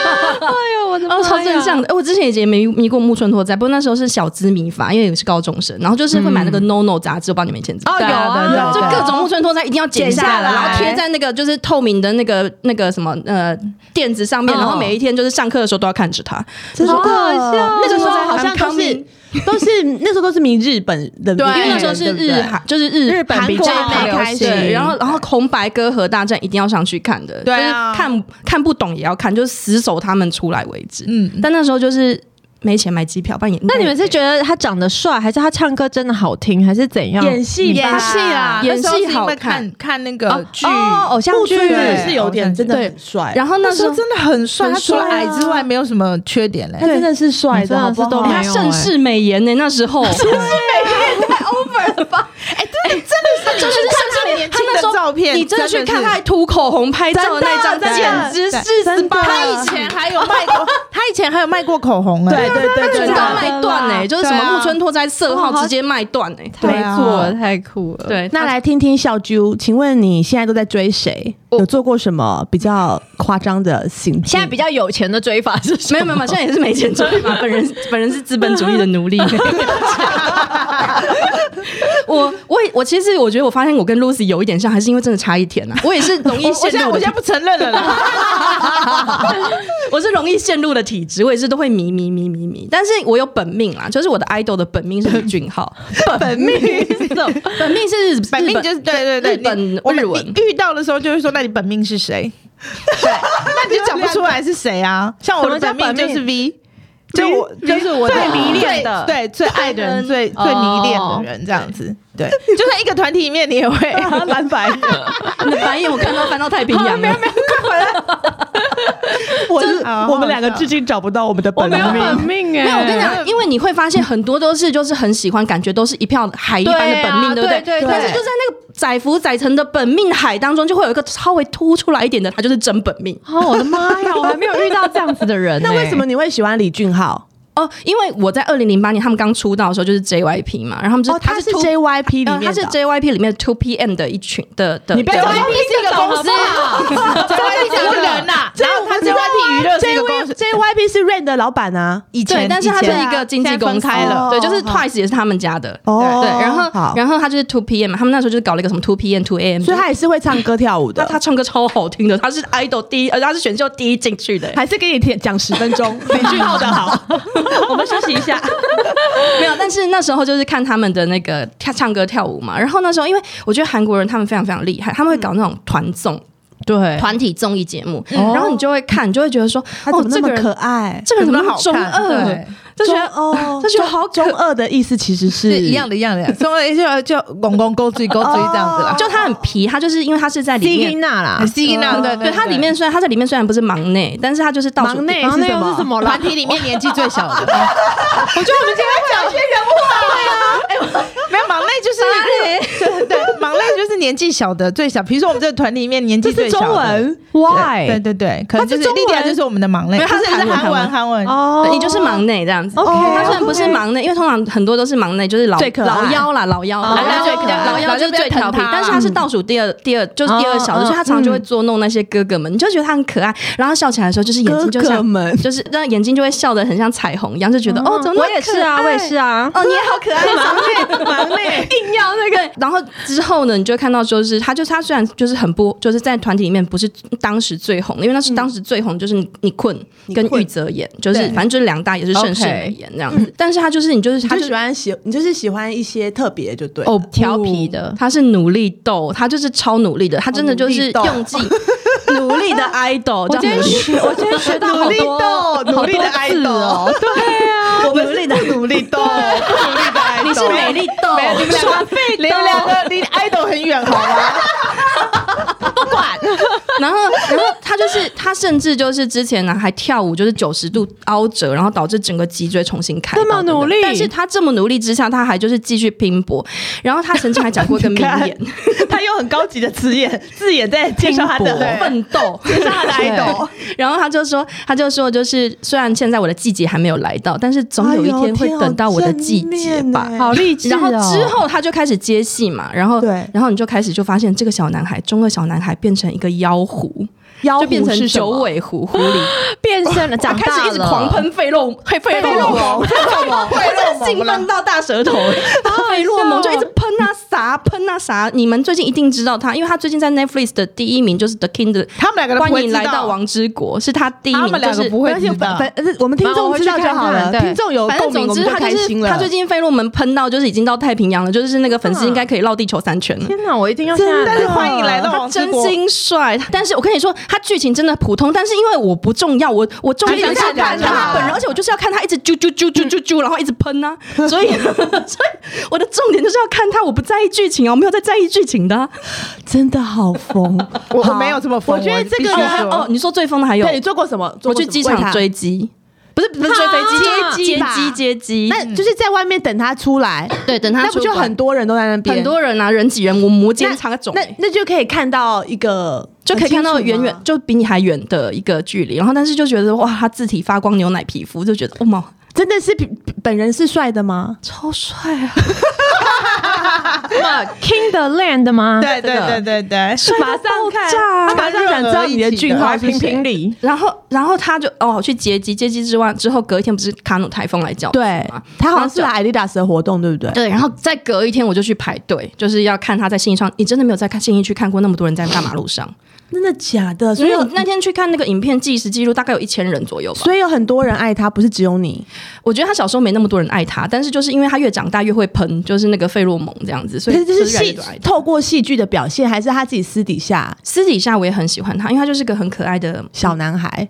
Speaker 3: 哦，超正向的！哎、我之前以前也迷迷过木村拓哉，不过那时候是小资迷法，因为我是高中生，然后就是会买那个 No No 杂志，我不知道你们以前知道。
Speaker 4: 哦，有啊，
Speaker 2: 对啊
Speaker 3: 就
Speaker 2: 对啊
Speaker 3: 各种木村拓哉一定要剪下
Speaker 4: 剪下来
Speaker 3: 来，然后贴在那个就是透明的那个那个什么呃垫子上面，
Speaker 4: 嗯
Speaker 3: 然后每一天就是上课的时候都要看着它。
Speaker 1: 真的
Speaker 4: 好好
Speaker 3: 哦
Speaker 4: 笑
Speaker 1: 那个时候好像
Speaker 3: I'm
Speaker 1: 都是
Speaker 3: coming
Speaker 1: 都是那时候都是迷日本的，
Speaker 3: 因为
Speaker 1: 迷
Speaker 3: 那时候是
Speaker 1: 对
Speaker 3: 日
Speaker 1: 不对
Speaker 3: 韩，就是日
Speaker 4: 日本
Speaker 3: 韩
Speaker 4: 比
Speaker 3: 国
Speaker 4: 较
Speaker 3: 那边
Speaker 4: 流
Speaker 3: 开始
Speaker 4: 行
Speaker 3: 对然后然后红白歌合大战一定要上去看的，
Speaker 2: 对啊
Speaker 3: 就是看看不懂也要看，就是死守他们出来为止。
Speaker 2: 嗯，
Speaker 3: 但那时候就是没钱买机票，不然也
Speaker 4: 那你们是觉得他长得帅，还是他唱歌真的好听，还是怎样？
Speaker 1: 演戏吧
Speaker 3: 演戏啦
Speaker 2: 那时候是因为
Speaker 3: 演戏好看
Speaker 2: 看看那个剧
Speaker 4: 哦，偶像
Speaker 1: 木
Speaker 4: 剧
Speaker 1: 村
Speaker 2: 对
Speaker 1: 也是有点真的很帅，
Speaker 3: 然后那
Speaker 2: 那
Speaker 3: 时
Speaker 2: 时
Speaker 3: 候
Speaker 2: 候真的很帅，
Speaker 1: 很
Speaker 2: 他除了
Speaker 1: 帅啊
Speaker 2: 矮之外没有什么缺点嘞、
Speaker 1: 他真的是帅
Speaker 4: 真
Speaker 1: 的，
Speaker 4: 的
Speaker 1: 好不
Speaker 4: 是都
Speaker 1: 好
Speaker 4: 没
Speaker 3: 他
Speaker 4: 有
Speaker 3: 盛
Speaker 4: 欸
Speaker 3: 世美颜呢、那时候盛世美颜 太 over 了吧？哎、真的真的是，就是
Speaker 2: 他年
Speaker 3: 他
Speaker 2: 轻
Speaker 3: 那时
Speaker 2: 的
Speaker 3: 候
Speaker 2: 照片，
Speaker 3: 你真的去看
Speaker 2: 是
Speaker 3: 他还涂口红拍照的那张，
Speaker 1: 真的
Speaker 3: 简直是
Speaker 1: 真的
Speaker 2: 他以前还有 卖过，他以前还有卖过口红哎、
Speaker 1: 对对对对
Speaker 3: 全
Speaker 1: 对
Speaker 3: 都
Speaker 1: 对。
Speaker 3: 卖断哎、就是什
Speaker 2: 对
Speaker 3: 么
Speaker 2: 啊
Speaker 3: 木村拓哉色号直接卖断哎、
Speaker 2: 对
Speaker 4: 没
Speaker 2: 啊
Speaker 4: 错，太酷了。，
Speaker 3: 对，
Speaker 1: 那来听听小啾，请问你现在都在追谁？有做过什么比较夸张的行
Speaker 4: 现在
Speaker 1: 径？
Speaker 4: 比较有钱的追法是什么
Speaker 3: 没有没有，没有现在也是没钱赚嘛。本人本人是资本主义的奴隶。 我我我其实我觉得我发现我跟 Lucy 有一点像，还是因为真的差一天啊。我也是容易
Speaker 2: 我现
Speaker 3: 陷
Speaker 2: 在
Speaker 3: 入
Speaker 2: 我
Speaker 3: 的
Speaker 2: 现在不承认了啦。
Speaker 3: 我是容易陷入的体质，我也是都会迷迷迷迷，但是我有本命啦，就是我的 idol 的本命是李俊浩，
Speaker 4: 本命
Speaker 3: 本命是日
Speaker 2: 本命就是对对对，
Speaker 3: 日本
Speaker 2: 你我们
Speaker 3: 日文
Speaker 2: 你遇到的时候就会说，那你本命是谁？对， 那你就讲不出来是谁啊？像我的
Speaker 4: 什
Speaker 2: 本
Speaker 4: 么叫
Speaker 2: 命就是 V，
Speaker 4: V？
Speaker 2: 就我就是我的
Speaker 4: 最迷恋的
Speaker 2: 最对最爱的人，最最迷恋的人这样子。对，就算一个团体里面，你也会蓝白。
Speaker 3: 你的白眼我看到翻到太平洋了，没有没有，
Speaker 1: 我是
Speaker 2: 好
Speaker 1: 我们两个
Speaker 2: 好笑
Speaker 1: 至今找不到我们的本
Speaker 4: 没有本
Speaker 1: 名，
Speaker 4: 命
Speaker 3: 没
Speaker 4: 哎，
Speaker 3: 有，
Speaker 1: 嗯
Speaker 3: 我跟你讲，因为你会发现很多都是就是很喜欢，感觉都是一票海一般的本命，不
Speaker 4: 对啊
Speaker 3: 对？
Speaker 4: 对对对
Speaker 3: 但是就在那个载浮载沉的本命海当中，就会有一个稍微凸出来一点的，他就是真本命
Speaker 4: 哦，我的妈呀，我还没有遇到这样子的人 呢。欸
Speaker 1: 那为什么你会喜欢李俊浩？
Speaker 3: 哦。因为我在二零零八年他们刚出道的时候就是 JYP 嘛，然后他们就、
Speaker 1: 哦，他是
Speaker 3: 2-
Speaker 1: JYP 里
Speaker 3: 呃
Speaker 1: 面的，
Speaker 3: 他是 JYP 里面 Two PM 的一群的的，
Speaker 1: 你不要
Speaker 3: 的
Speaker 1: JYP
Speaker 2: 是一个公司，JYP 是一个人啊呐，然后他 JYP 娱乐是一个公司
Speaker 1: JYP，JYP 是 Rain 的老板啊。
Speaker 2: 以
Speaker 3: 对，
Speaker 2: 前
Speaker 3: 但是它
Speaker 2: 以
Speaker 3: 是
Speaker 2: 前
Speaker 3: 一个经纪
Speaker 2: 现在分
Speaker 3: 公司哦
Speaker 2: 开 了。
Speaker 3: 对，就是
Speaker 1: 好
Speaker 3: Twice 也是他们家的。
Speaker 1: 哦，
Speaker 3: 对，然后
Speaker 1: 好，
Speaker 3: 然后他就是 Two PM，嘛他们那时候就是搞了一个什么 Two PM Two AM，
Speaker 1: 所以他也是会唱歌跳舞
Speaker 3: 他
Speaker 1: 的，
Speaker 3: 他唱歌超好听的，他是 idol 第一，而且他是选秀第一进去的。
Speaker 1: 还是给你讲十分钟 李俊浩的 好。
Speaker 3: 我们休息一下， 没有。但是那时候就是看他们的那个跳唱歌跳舞嘛，然后那时候因为我觉得韩国人他们非常非常厉害，他们会搞那种团综、
Speaker 4: 对
Speaker 3: 团体综艺节目，然后你就会看，你就会觉得说，
Speaker 1: 哦他怎
Speaker 3: 哦
Speaker 1: 么，那
Speaker 3: 这个
Speaker 1: 么可
Speaker 3: 人
Speaker 1: 爱？
Speaker 3: 这个人怎么那么
Speaker 2: 怎
Speaker 3: 中
Speaker 2: 么那么好看
Speaker 3: 二
Speaker 2: 对，
Speaker 3: 就觉
Speaker 1: 中
Speaker 3: 得
Speaker 1: 哦
Speaker 3: 这觉得好可
Speaker 1: 中二的意思其实是
Speaker 2: 是一样的，一样的， 所以就就拱拱勾追勾追这样子啦。
Speaker 3: 就他很皮，他就是因为他是在里面。
Speaker 4: 娜啦
Speaker 2: 很吸引啊人的，
Speaker 3: 对他里面虽然他在里面虽然不是忙内，但是他就是倒数
Speaker 1: 忙内
Speaker 4: 然后
Speaker 1: 是
Speaker 4: 那
Speaker 1: 什么
Speaker 4: 又是什么啦
Speaker 2: 团？体里面年纪最小的。我觉得我们 今天讲一些人物啊，没有忙内就是对对，忙内就是年纪小的最小，比如说我们这个团里面年纪
Speaker 1: 这
Speaker 2: 最
Speaker 1: 是
Speaker 2: 小
Speaker 1: 中
Speaker 2: 的
Speaker 1: 文
Speaker 2: 对对
Speaker 1: ，Why？
Speaker 2: 对对，可能就
Speaker 1: 它是
Speaker 2: 是
Speaker 1: 中文
Speaker 2: 莉迪亚就是我们的忙类，
Speaker 3: 没有它是
Speaker 2: 不是
Speaker 3: 韩文
Speaker 2: 韩文
Speaker 3: 韩
Speaker 2: 韩文，
Speaker 1: 哦
Speaker 3: 对你就是忙内这样子。
Speaker 1: OK，
Speaker 3: 他虽然
Speaker 1: OK
Speaker 3: 不是忙内，因为通常很多都是忙内，就是老
Speaker 1: 最可爱
Speaker 3: 老幺啦，老幺，
Speaker 1: 哦
Speaker 3: 老
Speaker 1: 老
Speaker 3: 幺
Speaker 1: 幺最可爱
Speaker 3: 老幺就是最调皮
Speaker 4: 老幺就变成他，
Speaker 3: 但是他是倒数第二，第二就是
Speaker 1: 哦
Speaker 3: 第二小
Speaker 4: 嗯
Speaker 3: 的，
Speaker 4: 嗯
Speaker 3: 所以他常常就会捉弄那些哥哥们，你就觉得他很可爱，然后笑起来的时候就是眼
Speaker 1: 哥
Speaker 3: 睛就
Speaker 1: 哥
Speaker 3: 像，
Speaker 1: 们，嗯
Speaker 3: 就是让眼睛就会笑得很像彩虹一样，就觉得哦，怎么那么
Speaker 4: 我也是啊，
Speaker 3: 可爱
Speaker 4: 我也是啊。
Speaker 3: 哦，你也好 可爱，忙内忙 内，硬要那个。然后之后呢，你就会看到，就是他，就是他，虽然就是很不，就是在团体里面不是当时最红的，因为那是当时最红，就是你你困跟玉泽演，就是
Speaker 1: 对
Speaker 3: 反正就是两大也是盛世
Speaker 4: OK
Speaker 3: 美演这样子。嗯但是他就是你就是他
Speaker 1: 他
Speaker 3: 就
Speaker 1: 就喜
Speaker 3: 是。
Speaker 1: 欢喜，你就是喜欢一些特别就对了。
Speaker 4: 哦，调皮的，
Speaker 3: 他是努力斗，他就是超努力的，他真的就是
Speaker 1: 哦
Speaker 3: 用
Speaker 1: 努
Speaker 3: 尽 努力的 idol，
Speaker 4: 我
Speaker 3: 叫
Speaker 4: 今天
Speaker 3: 努力
Speaker 4: 学，我今天学到好
Speaker 1: 努力
Speaker 4: 多，
Speaker 1: 斗努力的
Speaker 4: 好多字哦，
Speaker 2: 啊
Speaker 1: 我们努力的努力 斗，努力的爱
Speaker 3: 你是美丽斗，
Speaker 1: 耍废，你们两个离 idol 很远好吗？
Speaker 3: 然后，然后他就是他，甚至就是之前呢还跳舞，就是九十度凹折，然后导致整个脊椎重新开刀。
Speaker 4: 这么
Speaker 3: 对不对
Speaker 4: 努力
Speaker 3: 但是他这么努力之下，他还就是继续拼搏。然后他曾经还讲过一个名 言：
Speaker 2: 他用很高级的词眼字眼在介绍他的
Speaker 3: 奋斗。
Speaker 2: 介绍他的 idol，
Speaker 3: 然后他就说，他就说，就是虽然现在我的季节还没有来到，但是总
Speaker 1: 哎
Speaker 3: 有一天会等到我的季节吧。
Speaker 1: 哎呦天好正面欸
Speaker 4: 好励志哦。
Speaker 3: 然后之后他就开始接戏嘛，然后
Speaker 1: 对
Speaker 3: 然后你就开始就发现这个小男孩，中二小男孩变成一个妖狐，
Speaker 1: 妖
Speaker 3: 就变成
Speaker 1: 狐是什
Speaker 3: 九
Speaker 1: 么
Speaker 3: 尾狐狐狸。
Speaker 4: 变身了，
Speaker 3: 长
Speaker 4: 长
Speaker 3: 开
Speaker 4: 大
Speaker 3: 始一直
Speaker 4: 了
Speaker 3: 狂，喷费洛费费洛蒙，费洛蒙， 啊我真的兴奋到大 舌头，费洛蒙就一直喷啊啥喷啊啥。你们最近一定知道他，因为他最近在 Netflix 的第一名就是 The King 的。
Speaker 2: 他们两个人
Speaker 3: 欢
Speaker 2: 不会
Speaker 3: 迎
Speaker 2: 知
Speaker 3: 来到
Speaker 2: 道，
Speaker 3: 王之国，是他第一
Speaker 2: 他
Speaker 3: 名，
Speaker 2: 们
Speaker 3: 就
Speaker 2: 两个
Speaker 3: 是
Speaker 2: 不会
Speaker 1: 但
Speaker 2: 知
Speaker 1: 是
Speaker 2: 道
Speaker 1: 反。反正呃我们听众知道就好
Speaker 4: 我
Speaker 1: 了，
Speaker 4: 回去看看对
Speaker 1: 听众有
Speaker 3: 反正
Speaker 1: 共鸣我
Speaker 3: 总之
Speaker 1: 们就
Speaker 3: 他就
Speaker 1: 开
Speaker 3: 是
Speaker 1: 心了。
Speaker 3: 他最近费洛蒙喷到就是已经到太平洋了，就是那个粉
Speaker 2: 啊
Speaker 3: 丝应该可以绕地球三圈了。
Speaker 4: 天哪，我一定要现在
Speaker 2: 但是
Speaker 1: 真的
Speaker 2: 欢迎来到王之
Speaker 3: 真
Speaker 2: 国，
Speaker 3: 心帅，但是我跟你说，他剧情真的普通，但是因为我不重要，我我重要的是
Speaker 4: 还想
Speaker 3: 看
Speaker 4: 看他
Speaker 3: 他本人，而且我就是要看他一直啾啾啾啾啾啾，然后一直喷啊，所以所以我的重点就是要看他，我不在意剧情啊，我没有在在意剧情的啊、
Speaker 1: 真的好 疯，
Speaker 2: 我我
Speaker 1: 好
Speaker 2: 没有这么疯，
Speaker 1: 我觉得这个
Speaker 2: 必须
Speaker 1: 人
Speaker 2: 说
Speaker 3: 哦，你说最疯的还有
Speaker 1: 对，你做过什么？做
Speaker 3: 我
Speaker 1: 过
Speaker 3: 去
Speaker 1: 什么
Speaker 3: 机
Speaker 1: 为他
Speaker 3: 场追击，不是不是追飞
Speaker 1: 啊
Speaker 3: 机，接
Speaker 1: 接机
Speaker 3: 机接机，
Speaker 1: 那就是在外面等他出来，
Speaker 3: 对等他
Speaker 1: 那不就
Speaker 3: 出馆
Speaker 1: 很多人都在那边，
Speaker 3: 很多人啊，人挤人，我摩肩擦踵
Speaker 1: 那
Speaker 3: 欸。
Speaker 1: 那就可以看到一个，
Speaker 3: 就可以看到远远
Speaker 1: 很清楚吗。
Speaker 3: 就比你还远的一个距离，然后但是就觉得哇，他字体发光牛奶皮肤，就觉得哦妈，
Speaker 1: 真的是比本人是帅的吗？
Speaker 3: 超帅啊！
Speaker 4: 么 King 的 Land 吗？
Speaker 2: 啊对对对对对，
Speaker 4: 马上看，
Speaker 1: 他马上想知道你的
Speaker 2: 对
Speaker 1: 句
Speaker 2: 啊
Speaker 1: 号是
Speaker 4: 评
Speaker 1: 谁
Speaker 4: 评理，
Speaker 3: 然后，然后他就哦去接机，接机之外之后，隔一天不是卡努台风来叫
Speaker 1: 对
Speaker 3: 吗？
Speaker 1: 他好像是来 Adidas 的活动，对不对？
Speaker 3: 啊对，然后再隔一天我就去排队，就是要看他在信义上。你真的没有在看信义区看过那么多人在大马路上？
Speaker 1: 真的假的？所
Speaker 3: 所
Speaker 1: 以
Speaker 3: 以
Speaker 1: 有
Speaker 3: 我那天去看那个影片计时记录，大概有一千人左右吧。
Speaker 1: 所以有很多人爱他，不是只有你。
Speaker 3: 我觉得他小时候没那么多人爱他，但是就是因为他越长大越会喷，就是那个费洛蒙这样子，所
Speaker 1: 可
Speaker 3: 以
Speaker 1: 是这
Speaker 3: 就是是越来越
Speaker 1: 戏
Speaker 3: 多人爱他。
Speaker 1: 透过戏剧的表现，还是他自己私底下
Speaker 3: 私底下我也很喜欢他，因为他就是个很可爱的
Speaker 1: 小男孩？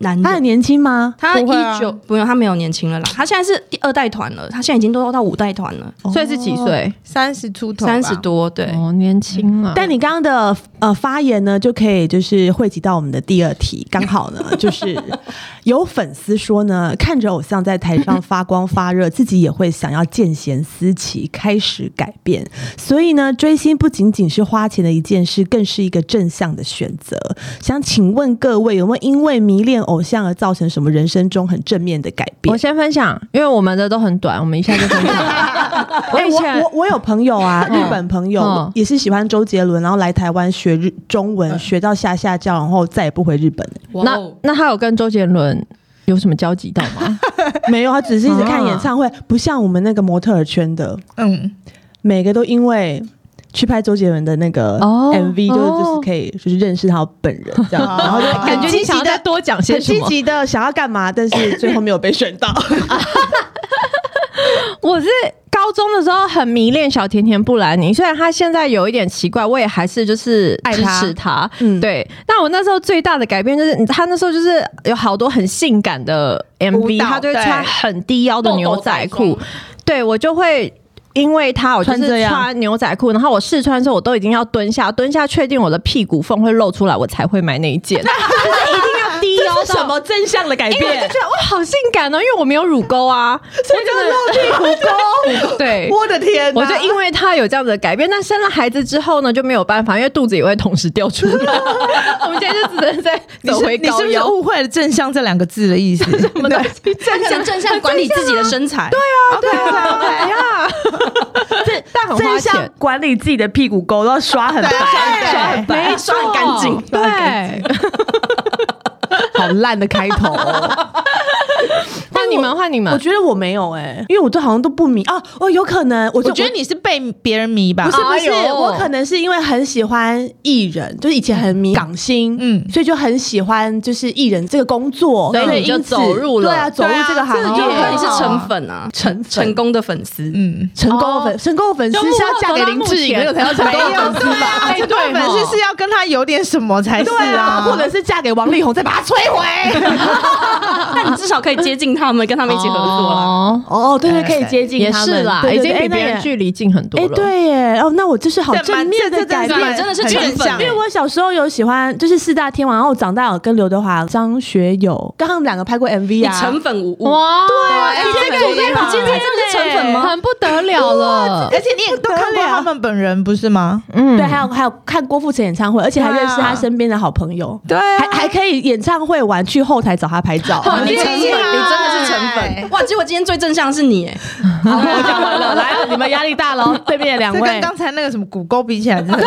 Speaker 3: 男
Speaker 1: 他很
Speaker 3: 人。
Speaker 1: 年轻吗？
Speaker 3: 他
Speaker 2: 不会啊
Speaker 3: 一九不用，他没有年轻了啦，他现在是第二代团了，他现在已经都到五代团了。
Speaker 4: 所以是几岁？
Speaker 2: 三十出头吧，
Speaker 3: 三十多，对，
Speaker 4: 哦，年轻啊！
Speaker 1: 但你刚刚的呃发言呢，就可以就是汇集到我们的第二题，刚好呢，就是有粉丝说呢，看着偶像在台上发光发热，自己也会想要见贤思齐，开始改变。所以呢，追星不仅仅是花钱的一件事，更是一个正向的选择。想请问各位，有没有因为迷恋偶像而造成什么人生中很正面的改变
Speaker 4: 我？先分享，因为我们的都很短，我们一下就分享。我
Speaker 1: 哎
Speaker 4: 以前
Speaker 1: 我我我有朋友啊，
Speaker 4: 嗯
Speaker 1: 日本朋友、
Speaker 4: 嗯
Speaker 1: 也是喜欢周杰伦，然后来台湾学日中文，学到下下教，然后再也不回日 本了。
Speaker 4: 那那他有跟周杰伦有什么交集到吗？
Speaker 1: 没有，他只是一直看演唱
Speaker 4: 啊
Speaker 1: 会，不像我们那个模特儿圈的，
Speaker 2: 嗯，
Speaker 1: 每个都因为。去拍周杰伦的那个
Speaker 4: 哦
Speaker 1: MV，、就
Speaker 4: 哦
Speaker 1: 是就是可以就是认识他本人这样，
Speaker 2: 哦
Speaker 1: 然后就
Speaker 2: 感
Speaker 1: 很
Speaker 2: 觉
Speaker 1: 积极地
Speaker 4: 多讲
Speaker 1: 很积极的想要干嘛，但是最后没有被选到。
Speaker 4: 我是高中的时候很迷恋小甜甜布兰妮，虽然她现在有一点奇怪，我也还是就是
Speaker 1: 爱
Speaker 4: 支
Speaker 1: 她
Speaker 4: 持她。
Speaker 1: 嗯
Speaker 4: 对。那我那时候最大的改变就是，她那时候就是有好多很性感的
Speaker 2: 舞
Speaker 4: MV，
Speaker 2: 蹈
Speaker 4: 她就会
Speaker 2: 对
Speaker 4: 穿很低腰的牛仔
Speaker 3: 豆豆
Speaker 4: 裤，对我就会。因为她，我就
Speaker 1: 穿这
Speaker 4: 是
Speaker 1: 样
Speaker 4: 穿牛仔裤，然后我试穿的时候，我都已经要蹲下，蹲下确定我的屁股缝会露出来，我才会买那一件，就是一定要低腰高
Speaker 1: 是什
Speaker 4: 到。
Speaker 1: 么真相的改
Speaker 4: 因为我就
Speaker 1: 变？
Speaker 4: 觉得哇，好性感哦，因为我没有乳沟啊，。
Speaker 2: 所以就露屁股沟
Speaker 4: 对，
Speaker 2: 我的
Speaker 1: 啊
Speaker 2: 天哪！
Speaker 4: 我就因为他有这样子的改变，那生了孩子之后呢，就没有办法，因为肚子也会同时掉出来。我们今天就只能在
Speaker 2: 你
Speaker 4: 走
Speaker 2: 是
Speaker 4: 回
Speaker 2: 你
Speaker 4: 高
Speaker 2: 是不是
Speaker 4: 腰。
Speaker 2: 误会了“正向”这两个字的意 思？什么东西？
Speaker 3: 他想正向管理自己的身材，对啊，
Speaker 4: 对啊，对啊， 这但很花
Speaker 1: 真相
Speaker 4: 钱，
Speaker 1: 管理自己的屁股沟，然后刷很白，刷很白，
Speaker 3: 没刷很干净，
Speaker 2: 哦
Speaker 4: 对。
Speaker 1: 好烂的开头哦。
Speaker 4: 换你们，换你
Speaker 1: 嗯我
Speaker 4: 们，
Speaker 1: 觉得我没有哎，因为我都好像都不迷哦，我有可能，我
Speaker 2: 我
Speaker 1: 就
Speaker 2: 觉得你是被别人迷吧？
Speaker 1: 不是不是，
Speaker 4: 哎呦
Speaker 1: 我可能是因为很喜欢艺人，就是以前很迷港星，嗯
Speaker 2: 嗯，
Speaker 1: 所以就很喜欢就是艺人这个工作，
Speaker 4: 所以你
Speaker 1: 因
Speaker 4: 就
Speaker 1: 此
Speaker 4: 走入了
Speaker 1: 对啊，走入
Speaker 2: 对啊
Speaker 1: 这个行
Speaker 2: 这
Speaker 1: 业，
Speaker 2: 就
Speaker 3: 因
Speaker 2: 很
Speaker 3: 为
Speaker 2: 好
Speaker 3: 你是成粉啊，成成功的粉丝，
Speaker 2: 嗯，
Speaker 1: 成功的粉，成功的粉丝是要嫁给林志颖那个才叫成功的粉丝吧？
Speaker 2: 哎，对，
Speaker 4: 对
Speaker 2: 粉
Speaker 4: 吼
Speaker 2: 丝是要跟他有点什么才是
Speaker 1: 对啊，或者是嫁给王力宏再把他摧毁。
Speaker 3: 但你至少可以接近他们，跟他们一起合作啦。
Speaker 4: 哦，
Speaker 1: 哦，对对，可以
Speaker 2: 对
Speaker 1: 接近
Speaker 4: 也
Speaker 1: 他
Speaker 4: 是
Speaker 1: 们
Speaker 4: 啦，
Speaker 1: 对
Speaker 4: 已
Speaker 1: 对
Speaker 4: 经
Speaker 1: 对
Speaker 4: 比
Speaker 1: 哎那
Speaker 4: 别
Speaker 1: 也
Speaker 4: 人距离近很多
Speaker 1: 哎，
Speaker 4: 了。
Speaker 1: 对耶，哦，那我这是好
Speaker 2: 这
Speaker 1: 正
Speaker 2: 蛮
Speaker 1: 面的
Speaker 2: 这这
Speaker 1: 改
Speaker 2: 这
Speaker 1: 变
Speaker 2: 蛮，
Speaker 3: 真的是
Speaker 2: 很
Speaker 3: 正
Speaker 2: 正
Speaker 3: 向
Speaker 2: 向
Speaker 3: 因
Speaker 1: 因为
Speaker 2: 哎
Speaker 1: 我小时候有喜欢，就是四大天王，然后我长大有跟刘德华、张学友，跟他们两个拍过 MV
Speaker 3: 你
Speaker 1: 啊。
Speaker 3: 成粉无误，
Speaker 4: 哇，对啊
Speaker 1: 哎这个
Speaker 3: 对吧？今天真的是成粉吗？
Speaker 4: 很不得了了。
Speaker 2: 而且你也都看过啊他们本人不是吗？
Speaker 4: 嗯
Speaker 1: 对，还有还有看郭富城演唱会，而且
Speaker 3: 啊
Speaker 1: 还认识他身边的好朋友，
Speaker 2: 对啊
Speaker 1: 还还可以演唱会完去后台找他拍照。
Speaker 3: 哇，哦你
Speaker 2: 厉
Speaker 3: 成
Speaker 2: 害
Speaker 3: 粉，你真的是成粉哇！结果今天最正向的是你，哎
Speaker 1: 好，我讲完了，来，你们压力大喽，对面的两
Speaker 2: 这跟
Speaker 1: 位
Speaker 2: 刚才那个什么骨沟比起来，真的是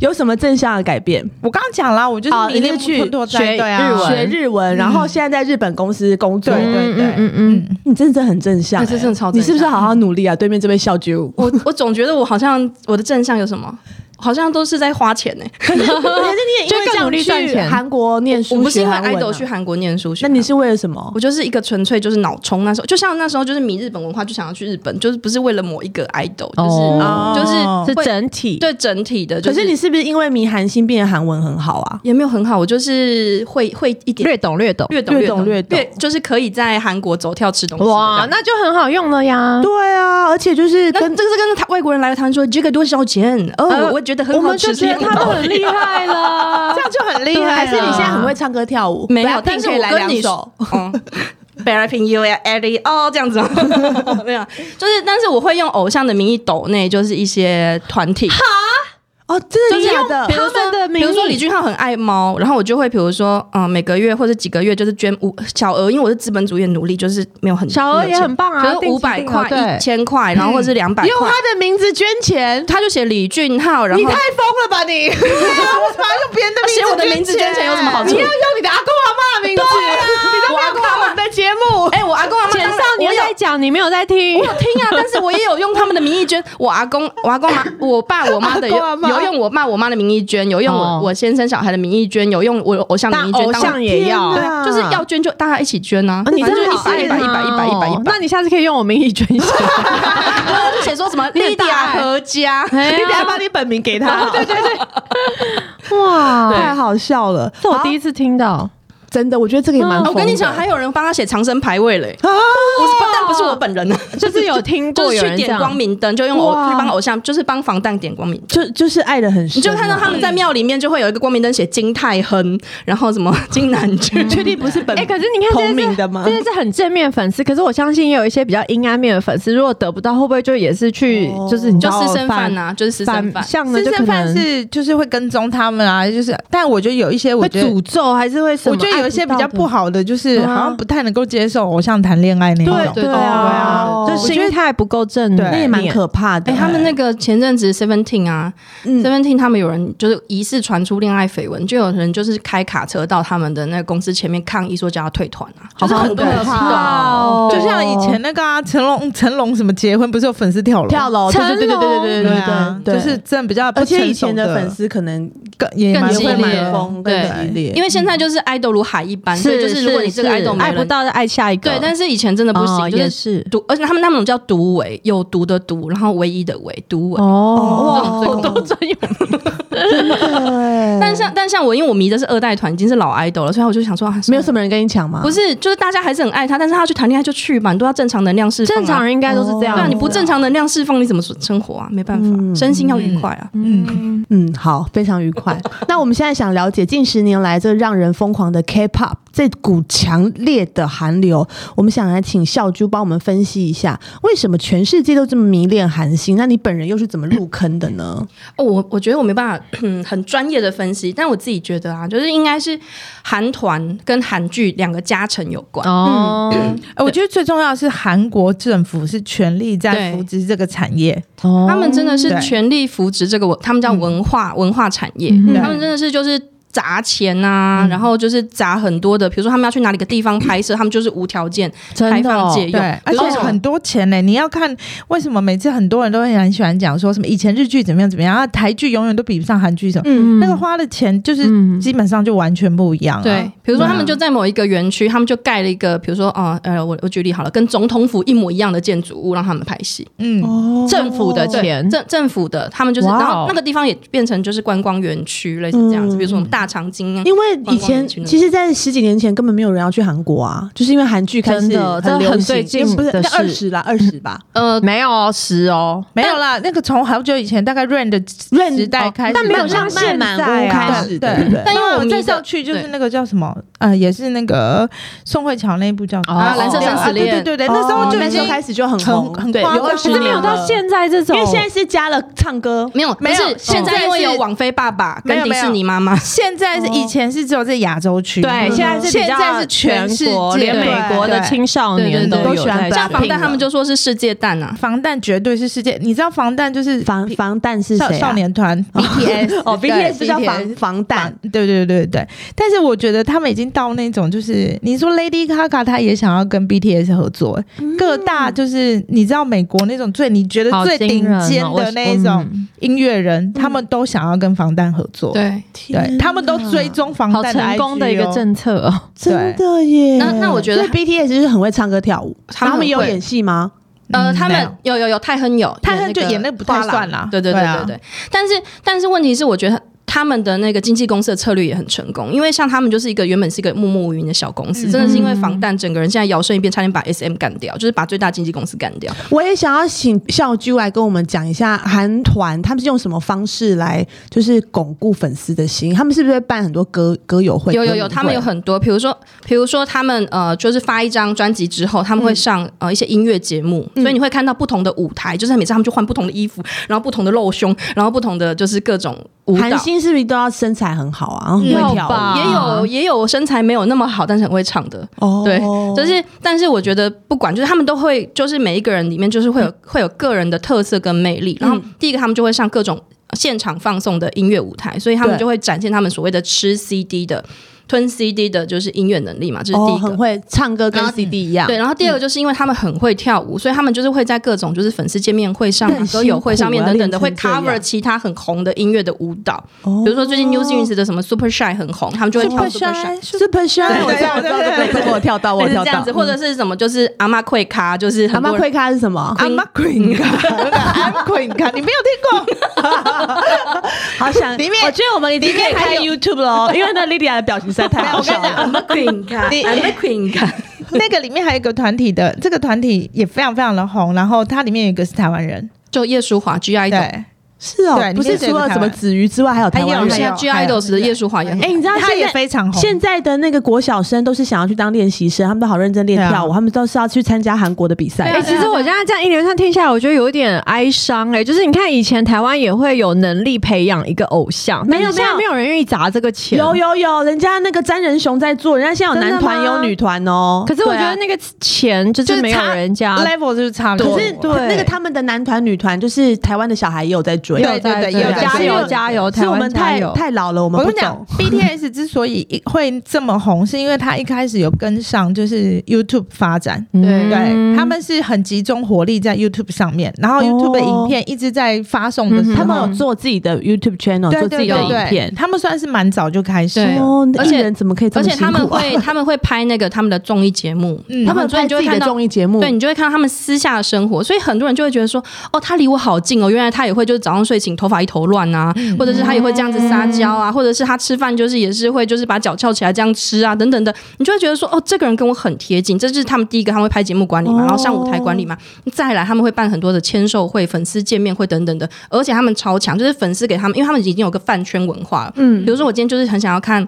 Speaker 1: 有什么正向的改变？
Speaker 2: 我刚刚讲啦，我就
Speaker 1: 哦
Speaker 2: 是
Speaker 1: 你
Speaker 2: 迷恋
Speaker 1: 是去
Speaker 2: 木村拓
Speaker 4: 学
Speaker 2: 哉，对
Speaker 4: 日
Speaker 2: 啊
Speaker 4: 文，
Speaker 1: 学日
Speaker 3: 嗯
Speaker 1: 文，然后现在在日本公司工作
Speaker 2: 对，对对，
Speaker 4: 嗯嗯嗯，
Speaker 1: 你真的很正向
Speaker 3: 哎
Speaker 1: 欸，
Speaker 3: 这真的超正
Speaker 1: 你是不是好好努力啊？对面这位笑啾，
Speaker 3: 我我总觉得我好像我的正向有什么，好像都是在花钱呢。
Speaker 1: 可是你也因为这
Speaker 4: 就更努力
Speaker 1: 样
Speaker 4: 赚
Speaker 1: 去
Speaker 4: 钱
Speaker 1: 韩国念书，
Speaker 3: 我不是因为
Speaker 1: 学韩文啊
Speaker 3: idol 去，韩国念书，学
Speaker 1: 那
Speaker 3: 韩
Speaker 1: 你是为了什么
Speaker 3: 我？就是一个纯粹就是脑冲，那时候就像那时候就是迷日本文化，就想要去日本，就是不是为了某一个 idol，就是、
Speaker 4: 哦
Speaker 3: 就是
Speaker 4: 是
Speaker 3: 会
Speaker 4: 整体，
Speaker 3: 对整体的、
Speaker 1: 可
Speaker 3: 就是
Speaker 1: 你是不是因为迷韩星变得韩文很好啊？
Speaker 3: 也没有很好，我就是会会一点
Speaker 4: 略懂略懂。
Speaker 3: 略懂
Speaker 1: 略懂
Speaker 3: 懂
Speaker 1: 略懂
Speaker 3: 就是可以在韩国走跳吃东西的这样。
Speaker 4: 啊哇，那就很好用了呀。
Speaker 1: 对啊，而且就是
Speaker 3: 嗯那
Speaker 1: 跟
Speaker 3: 这个是跟他外国人来台湾说这个多少钱？哦，
Speaker 4: 呃
Speaker 3: 我觉得很
Speaker 4: 我
Speaker 3: 好
Speaker 4: 们就
Speaker 3: 吃，
Speaker 4: 觉得他们很厉害了
Speaker 2: 这。样就很厉
Speaker 1: 对啊
Speaker 2: 害啊
Speaker 1: 还
Speaker 2: 了。
Speaker 1: 是你现在很会唱歌跳舞？
Speaker 3: 啊没有，
Speaker 1: Blackpink
Speaker 3: 但是
Speaker 1: 可以
Speaker 3: 我
Speaker 1: 来
Speaker 3: 跟
Speaker 1: 两
Speaker 3: 你
Speaker 1: 首
Speaker 3: 说。，嗯 Blackpink U 呀，Ellie 哦，这样子 哦，没有，就是，但是我会用偶像的名义抖内，就是一些团体，
Speaker 1: 哦，真
Speaker 3: 就
Speaker 1: 的
Speaker 3: 是
Speaker 1: 假的
Speaker 3: 比？如说
Speaker 4: 他们的名义
Speaker 3: 比如说李俊浩很爱猫，然后我就会比如说，嗯、每个月或者几个月就是捐五小额，因为我是资本主义的奴隶，就是没有很
Speaker 4: 小额也很，棒
Speaker 3: 没有
Speaker 4: 啊，
Speaker 3: 钱可是五百块、一
Speaker 4: 对，
Speaker 3: 千块，然后或者是两百
Speaker 1: 用
Speaker 3: 块
Speaker 1: 他，的名字捐钱，
Speaker 3: 他就写李俊浩，然后
Speaker 2: 你太疯了吧你！为什么要用别人的名字
Speaker 3: 写我的名字捐钱有什么好处
Speaker 2: 你要用你的阿公阿妈的名字，
Speaker 4: 啊
Speaker 2: 你都不要管我们的节目。
Speaker 3: 哎、我阿公阿妈
Speaker 4: 前
Speaker 3: 当
Speaker 4: 少
Speaker 3: 然
Speaker 4: 年
Speaker 3: 我有
Speaker 4: 在讲，你没有在听
Speaker 3: 我。有听 啊，但是我也有用他们的名义捐。我阿公、我阿公 妈、我爸、我妈的有
Speaker 2: 阿公阿嬷
Speaker 3: 有用我爸、我妈的名义捐，有用我、
Speaker 4: 哦
Speaker 3: 我先生小孩的名义捐，有用我偶像的
Speaker 4: 那
Speaker 3: 名义捐，
Speaker 4: 偶像也要
Speaker 3: 当
Speaker 2: 天。哪
Speaker 3: 然。就是要捐就大家一起捐啊！
Speaker 4: 你
Speaker 3: 反正
Speaker 4: 真的
Speaker 3: 就一
Speaker 4: 好
Speaker 3: 百
Speaker 4: 爱
Speaker 3: 一百一百一百一百一
Speaker 4: 他哦
Speaker 3: 百，
Speaker 4: 那你下次可以用我名义捐一下。
Speaker 3: 那就写说什 么
Speaker 4: 你
Speaker 3: 莉
Speaker 4: 很
Speaker 3: 迪
Speaker 4: 大
Speaker 3: 亚
Speaker 4: 爱
Speaker 3: 和家，
Speaker 1: 你
Speaker 4: 哎
Speaker 1: 等下
Speaker 4: 呀
Speaker 1: 把你本名给他。 对对对，
Speaker 4: 哇，
Speaker 1: 太好笑了。
Speaker 4: 这我第
Speaker 1: 一
Speaker 4: 一次听到。
Speaker 1: 真的，我觉得这个也蛮疯
Speaker 4: 嗯
Speaker 1: 的。
Speaker 3: 我跟你讲，还有人帮他写长生牌位嘞，
Speaker 1: 啊
Speaker 3: 不是，但不是我本人啊，
Speaker 4: 就是有听
Speaker 3: 就
Speaker 4: 过
Speaker 3: 是
Speaker 4: 有
Speaker 3: 去
Speaker 4: 人这
Speaker 3: 点
Speaker 4: 样
Speaker 3: 光明灯，就用偶
Speaker 1: 哇
Speaker 3: 去帮偶像，就是帮防弹点光明灯。
Speaker 1: 就就是爱的很深啊，
Speaker 3: 你就看到他们在庙里面就会有一个光明灯写金泰亨，然后什 么金南君，
Speaker 1: 确定不是本
Speaker 4: 哎、可是你看这
Speaker 1: 同
Speaker 4: 些是
Speaker 1: 名的吗
Speaker 4: 这？些是很正面粉丝，可是我相信也有一些比较阴暗面的粉丝，如果得不到，会不会就也是去、
Speaker 1: 哦
Speaker 4: 就是你知
Speaker 3: 就
Speaker 4: 道
Speaker 3: 私生饭呐、就是私生
Speaker 4: 反
Speaker 3: 饭
Speaker 4: 反。向的
Speaker 2: 私
Speaker 4: 就可
Speaker 2: 生饭
Speaker 4: 能
Speaker 2: 是就是会跟踪他们啊，就是，但我觉得有一些我
Speaker 4: 会
Speaker 2: 觉得
Speaker 4: 诅。咒还是会什么？
Speaker 2: 我觉得有一些比较不
Speaker 4: 好，
Speaker 2: 好的，就是
Speaker 4: 对啊
Speaker 2: 好像不太能够接受偶像谈恋爱那一种。
Speaker 1: 对
Speaker 4: 对
Speaker 1: 对
Speaker 4: 啊，
Speaker 1: 啊
Speaker 4: 就
Speaker 1: 我觉
Speaker 4: 心态不够正，
Speaker 2: 对
Speaker 1: 那也蛮。可怕的。
Speaker 3: 哎、他们那个前阵子 Seventeen 啊、
Speaker 1: 嗯
Speaker 3: s e v e n t e e n 他们有人就是疑似传出恋爱绯闻，就有人就是开卡车到他们的那个公司前面抗议，说叫他退团啊，就是很多
Speaker 1: 好
Speaker 3: 人
Speaker 1: 可怕
Speaker 4: 哦
Speaker 2: 就像以前那个啊，成龙成龙什么结婚，不是有粉丝跳楼？
Speaker 1: 跳楼，对
Speaker 4: 哦
Speaker 1: 对对对对对
Speaker 2: 对
Speaker 1: 对
Speaker 2: 啊，
Speaker 1: 对，
Speaker 2: 就是真的比较不
Speaker 1: 而
Speaker 2: 成熟，
Speaker 1: 且以前的粉丝可能
Speaker 2: 更也
Speaker 3: 更
Speaker 2: 蛮
Speaker 3: 激
Speaker 1: 也会
Speaker 3: 烈
Speaker 2: 疯
Speaker 1: 蛮
Speaker 2: 的
Speaker 1: 疯，更
Speaker 3: 对
Speaker 1: 激烈，
Speaker 3: 因为现在就是爱豆如海一般，所以就是如果你这个 idol 没
Speaker 4: 爱不
Speaker 3: 人。
Speaker 4: 到就爱下一个，
Speaker 3: 对，但是以前真的不行，
Speaker 4: 哦
Speaker 3: 就
Speaker 4: 也
Speaker 3: 是
Speaker 4: 是
Speaker 3: 毒，而且他们那种叫毒唯，有毒的毒，然后唯一的唯，毒唯。
Speaker 4: 哦，
Speaker 3: 最
Speaker 4: 哇，
Speaker 3: 恐怖
Speaker 4: 都专用，
Speaker 3: 但像但像我，因为我迷的是二代团，已经是老 idol 了，所以我就想说，啊、
Speaker 1: 没有什
Speaker 3: 么。
Speaker 1: 么人跟你抢吗？
Speaker 3: 不是，就是大家还是很爱他，但是他要去谈恋爱就去吧，你都要正常能量释放、
Speaker 4: 正常。人应该都是这样
Speaker 3: 对
Speaker 4: 子啊，
Speaker 3: 啊，你不正常能量释放，你怎么生活啊？没办法，身心要愉快啊。
Speaker 2: 嗯，
Speaker 1: 嗯，好，非常愉快。那我们现在想了解近十年来这让人疯狂的 K-pop 这股强烈的韩流，我们想来请笑珠帮我们分析一下，为什么全世界都这么迷恋韩星？那你本人又是怎么入坑的呢？
Speaker 3: 哦，我我觉得我没办法 很专业的分析，但我自己觉得啊，就是应该是韩团跟韩剧两个加成有关。
Speaker 4: 哦，
Speaker 2: 哎我觉得最重要的是韩国政府是全力在扶持这个产业，
Speaker 4: 哦
Speaker 3: 他们真的是
Speaker 2: 哦对嗯
Speaker 3: 全力扶植这个文，他们叫文化、文化产业，
Speaker 2: 对嗯
Speaker 3: 他们真的是就是。砸钱啊，然后就是砸很多的，比如说他们要去哪里个地方拍摄，他们就是无条件开
Speaker 4: 真的
Speaker 3: 放
Speaker 4: 哦
Speaker 3: 借用，
Speaker 2: 对，而且很多钱呢、你要看为什么每次很多人都很喜欢讲说什么以前日剧怎么样怎么样，啊台剧永远都比不上韩剧什么，
Speaker 1: 嗯
Speaker 2: 那个花的钱就是
Speaker 4: 嗯
Speaker 2: 基本上就完全不一样、啊。
Speaker 3: 对，比如说
Speaker 2: 对啊
Speaker 3: 他们就在某一个园区，他们就盖了一个，比如说啊呃，我我举例好了，跟总统府一模一样的建筑物，让他们拍戏。
Speaker 2: 嗯，
Speaker 1: 哦
Speaker 4: 政府的钱，
Speaker 3: 政政府的，他们就是，
Speaker 2: 哇哦
Speaker 3: 然后那个地方也变成就是观光园区，类似这样
Speaker 1: 嗯
Speaker 3: 子，比如说我们大长今啊，
Speaker 1: 因为以
Speaker 3: 观光
Speaker 1: 前
Speaker 3: 园区那种
Speaker 1: 其实，在十几年前根本没有人要去韩国啊，就是因为韩剧开始
Speaker 4: 真的这
Speaker 1: 流
Speaker 4: 很
Speaker 1: 行
Speaker 4: 最近
Speaker 1: 不是
Speaker 4: 的
Speaker 1: 二
Speaker 4: 事
Speaker 1: 十啦，二十吧。
Speaker 3: 呃，
Speaker 4: 没有哦，十哦，
Speaker 2: 没有啦，那个从好久以前大概 Rain 的时代
Speaker 1: 哦
Speaker 2: 开始，
Speaker 4: 但没有像
Speaker 1: 慢
Speaker 4: 现
Speaker 1: 慢
Speaker 4: 在啊
Speaker 1: 开始的，
Speaker 2: 对
Speaker 1: 对不对
Speaker 3: 但因为我
Speaker 2: 我
Speaker 3: 迷
Speaker 2: 再
Speaker 3: 的
Speaker 2: 上去就是
Speaker 3: 对
Speaker 2: 那个叫什么，呃，也是那个宋慧乔那一部叫什么
Speaker 4: 哦
Speaker 2: 啊
Speaker 4: 蓝色生死
Speaker 2: 啊对
Speaker 3: 恋
Speaker 2: 对对对，那时候就
Speaker 1: 哦那
Speaker 2: 已
Speaker 1: 时
Speaker 2: 经
Speaker 1: 候开始就很红
Speaker 2: 很，很
Speaker 1: 对，
Speaker 2: 夸
Speaker 1: 有
Speaker 2: 张
Speaker 1: 二十
Speaker 2: 了
Speaker 1: 年
Speaker 4: 没有到
Speaker 1: 了
Speaker 4: 现在
Speaker 3: 哦
Speaker 4: 这种，
Speaker 1: 因为现在是加了唱歌，
Speaker 3: 没有，
Speaker 2: 没有哦
Speaker 3: 不是现在因为有网飞爸爸
Speaker 2: 没
Speaker 3: 跟
Speaker 2: 有
Speaker 3: 迪
Speaker 2: 没有
Speaker 3: 士尼妈妈，
Speaker 2: 现在是以前是只有在亚洲区，嗯
Speaker 4: 对，
Speaker 1: 嗯
Speaker 4: 现在是比
Speaker 2: 现
Speaker 4: 较
Speaker 2: 在是全世
Speaker 4: 国，
Speaker 2: 界
Speaker 4: 连美国的
Speaker 2: 对
Speaker 4: 青少
Speaker 3: 对
Speaker 4: 年
Speaker 3: 对对
Speaker 4: 有
Speaker 1: 都喜欢
Speaker 4: 在
Speaker 1: 加
Speaker 3: 像
Speaker 1: 绑
Speaker 3: 防
Speaker 4: 拼
Speaker 3: 弹他们
Speaker 4: 了
Speaker 3: 就说是世界蛋啊，
Speaker 2: 防弹绝对是世界，你知道防弹就是
Speaker 1: 防防弹是
Speaker 2: 少
Speaker 1: 谁啊？
Speaker 2: 少年团 BTS
Speaker 1: 哦
Speaker 2: 对
Speaker 1: ，BTS 是叫
Speaker 2: BTS
Speaker 1: 防防弹
Speaker 2: 防，啊对对对对。但是我觉得他们已经到那种，就是你说 Lady Gaga，她也想要跟 BTS 合作，
Speaker 1: 嗯
Speaker 2: 各大就是你知道美国那种最你觉得
Speaker 4: 好
Speaker 2: 最顶
Speaker 4: 惊人哦嗯
Speaker 2: 尖的那一种，音乐人，他们都想要跟防弹合作，
Speaker 3: 对。
Speaker 2: 对，他们都追踪防
Speaker 4: 我我嗯好
Speaker 2: 弹
Speaker 4: 成功的一个
Speaker 2: IG 哦
Speaker 4: 政策哦，
Speaker 1: 真的耶。
Speaker 3: 那那我觉
Speaker 1: 所
Speaker 3: 得
Speaker 1: 以 BTS 就是很会唱歌跳舞，
Speaker 3: 他们
Speaker 1: 然后
Speaker 3: 很
Speaker 1: 他们也有
Speaker 3: 会
Speaker 1: 演戏吗？
Speaker 3: 呃，
Speaker 2: 嗯
Speaker 3: 他
Speaker 2: 没
Speaker 3: 们
Speaker 2: 有
Speaker 3: 有有有泰亨有，
Speaker 2: 泰亨就演那不太
Speaker 3: 花郎
Speaker 2: 算啦
Speaker 3: 对对
Speaker 2: 对
Speaker 3: 对
Speaker 2: 啊
Speaker 3: 对对。但是但是问题是，我觉得他他们的那个经纪公司的策略也很成功，因为像他们就是一个原本是一个默默无名的小公
Speaker 2: 嗯
Speaker 3: 司，真的是因为防弹整个人现在摇身一变，差点把 SM 干掉，就是把最大经纪公司干掉。
Speaker 1: 我也想要请笑居来跟我们讲一下韩团他们是用什么方式来就是巩固粉丝的心，他们是不是会办很多歌歌友会？
Speaker 3: 有有
Speaker 1: 歌迷
Speaker 3: 有，
Speaker 1: 会
Speaker 3: 他们有很多，比如说，比如说他们呃，就是发一张专辑之后，他们会上、呃一些音乐节目，
Speaker 2: 嗯
Speaker 3: 所以你会看到不同的舞台，就是每次他们就换不同的衣服，然后不同的露胸，然后不同的就是各种舞蹈
Speaker 1: 韩。星是不是都要身材很好啊，然后很
Speaker 4: 要
Speaker 1: 会跳
Speaker 4: 吧
Speaker 1: 舞？
Speaker 3: 也有也有身材没有那么好，但是很会唱的，
Speaker 1: 哦
Speaker 3: 对，就是但是我觉得不管，就是他们都会，就是每一个人里面就是会有、会有个人的特色跟魅力。然
Speaker 1: 嗯
Speaker 3: 后第一个他们就会上各种呃现场放送的音乐舞台，所以他们
Speaker 1: 对
Speaker 3: 就会展现他们所谓的吃 CD 的吞 CD 的就是音乐能力嘛，这、是第
Speaker 1: 哦，
Speaker 3: 一个。
Speaker 1: 很会嗯唱歌跟
Speaker 3: 然后
Speaker 1: CD 一样。
Speaker 3: 对，然后第二个就是因为他们很会跳舞，所以他们就是会在各种就是粉丝见面会上
Speaker 1: 更
Speaker 3: 啊、歌友会上面
Speaker 1: 辛苦啊
Speaker 3: 等等的，会
Speaker 1: 练成这样
Speaker 3: cover 其他很红的音乐的舞蹈。
Speaker 1: 哦，
Speaker 3: 比如说最近 New Jeans 的什么 Super Shy 很红，他们就会跳 Super Shy。
Speaker 1: Super Shy，我知道，我知道，我知道，我跳到，我
Speaker 3: 类似
Speaker 1: 跳
Speaker 3: 这样
Speaker 1: 到
Speaker 3: 子，。或者是什么，就是阿妈会咖，就是
Speaker 1: 阿
Speaker 3: 很
Speaker 1: 妈
Speaker 3: 多人
Speaker 1: 会咖是什么？
Speaker 2: 阿玛 Queen 卡，阿玛 Queen 卡，你没有听过？
Speaker 1: 好想
Speaker 2: 里面
Speaker 1: 我觉得我们一定可以开 YouTube 咯，因为那 Lydia 的表情实在太好笑
Speaker 2: 没有我跟你
Speaker 1: 了
Speaker 2: 讲。
Speaker 3: 阿妈 Queen 咖，
Speaker 2: 你
Speaker 3: 阿妈 Queen 咖，
Speaker 2: 那个里面还有一个团体的，这个团体也非常非常的红，然后它里面有一个是台湾人，
Speaker 3: 就叶淑华 G Idol，
Speaker 2: 对，
Speaker 1: 是
Speaker 2: 对
Speaker 1: 哦，
Speaker 2: 里面
Speaker 1: 不是
Speaker 2: 是有
Speaker 1: 除
Speaker 2: 一个
Speaker 1: 了
Speaker 2: 台
Speaker 1: 什么
Speaker 2: 湾
Speaker 1: 子瑜之外，还有台
Speaker 2: 还
Speaker 1: 湾
Speaker 2: 有
Speaker 1: 人
Speaker 3: 现。在 G Idols 的叶淑华也很
Speaker 1: 哎，你知道
Speaker 2: 他
Speaker 1: 现
Speaker 2: 也
Speaker 1: 在
Speaker 2: 非常红。
Speaker 1: 现在的那个国小生都是想要去当练习生，他们都好认真练跳舞，
Speaker 2: 对啊
Speaker 1: 他们都是要去参加韩国的比
Speaker 4: 哎、
Speaker 1: 赛。
Speaker 4: 其实我现在这样一连串听下来，我觉得有点哀伤哎、就是你看以前台湾也会有能力培养一个偶像，
Speaker 1: 没有
Speaker 4: 但是现在
Speaker 1: 没
Speaker 4: 没
Speaker 1: 有
Speaker 4: 有人愿意砸这个钱。
Speaker 1: 有有有，人家那个詹仁雄在做，人家现在有男团
Speaker 4: 真的吗
Speaker 1: 有女团哦。
Speaker 4: 可是我觉得
Speaker 1: 对啊。
Speaker 4: 那个钱就
Speaker 2: 就是是
Speaker 4: 没有
Speaker 2: 差
Speaker 4: 人家
Speaker 2: level 就是差不多，
Speaker 1: 可是
Speaker 4: 对
Speaker 1: 那个他们的男团女团，就是台湾的小孩也有在追。
Speaker 2: 对对对，有
Speaker 1: 加
Speaker 4: 加
Speaker 1: 油
Speaker 4: 油加油，
Speaker 1: 是
Speaker 4: 台
Speaker 1: 我
Speaker 4: 湾
Speaker 1: 们
Speaker 4: 加
Speaker 1: 太
Speaker 4: 油！
Speaker 1: 太老了，我们
Speaker 2: 我
Speaker 1: 不
Speaker 2: 跟你讲
Speaker 1: 懂。
Speaker 2: ，BTS 之所以一 会这么红，是因为他一开始有跟上就是 YouTube 发展，
Speaker 3: 嗯
Speaker 4: 对
Speaker 2: 对他们是很集中火力在 YouTube 上面，然后 YouTube 的影片一直在发送的时候，
Speaker 1: 他们有做自己的 YouTube channel，
Speaker 2: 对
Speaker 1: 做自
Speaker 2: 对
Speaker 1: 己的
Speaker 2: 对
Speaker 1: 影
Speaker 2: 对，
Speaker 1: 片。
Speaker 2: 他们算是蛮早就开始
Speaker 3: 对
Speaker 2: 了，
Speaker 1: 哦，那
Speaker 3: 而且
Speaker 1: 艺人怎么可以这
Speaker 3: 而
Speaker 1: 么
Speaker 3: 且
Speaker 1: 辛
Speaker 3: 他
Speaker 1: 苦
Speaker 3: 们
Speaker 1: 啊？
Speaker 3: 会他们会拍那个他们的综艺节目，
Speaker 2: 嗯
Speaker 1: 他
Speaker 3: 他
Speaker 1: 们
Speaker 3: 们所以
Speaker 1: 拍
Speaker 3: 你就
Speaker 1: 自
Speaker 3: 会
Speaker 1: 己
Speaker 3: 看
Speaker 1: 的
Speaker 3: 到
Speaker 1: 综。艺节目，
Speaker 3: 对，你就会看到他们私下的生活，所以很多人就会觉得说，哦，他离我好近哦，原来他也会就是早上睡醒头发一头乱啊，
Speaker 1: 嗯
Speaker 3: 或者是他也会这样子撒娇啊，或者是他吃饭就是也是会就是把脚翘起来这样吃啊，等等的，你就会觉得说，哦，这个人跟我很贴近，这就是他们第一个他们会拍节目管理嘛，
Speaker 1: 哦
Speaker 3: 然后上舞台管理嘛，再来他们会办很多的签售会、粉丝见面会等等的，而且他们超强，就是粉丝给他们，因为他们已经有个饭圈文化了，嗯，比如说我今天就是很想要看。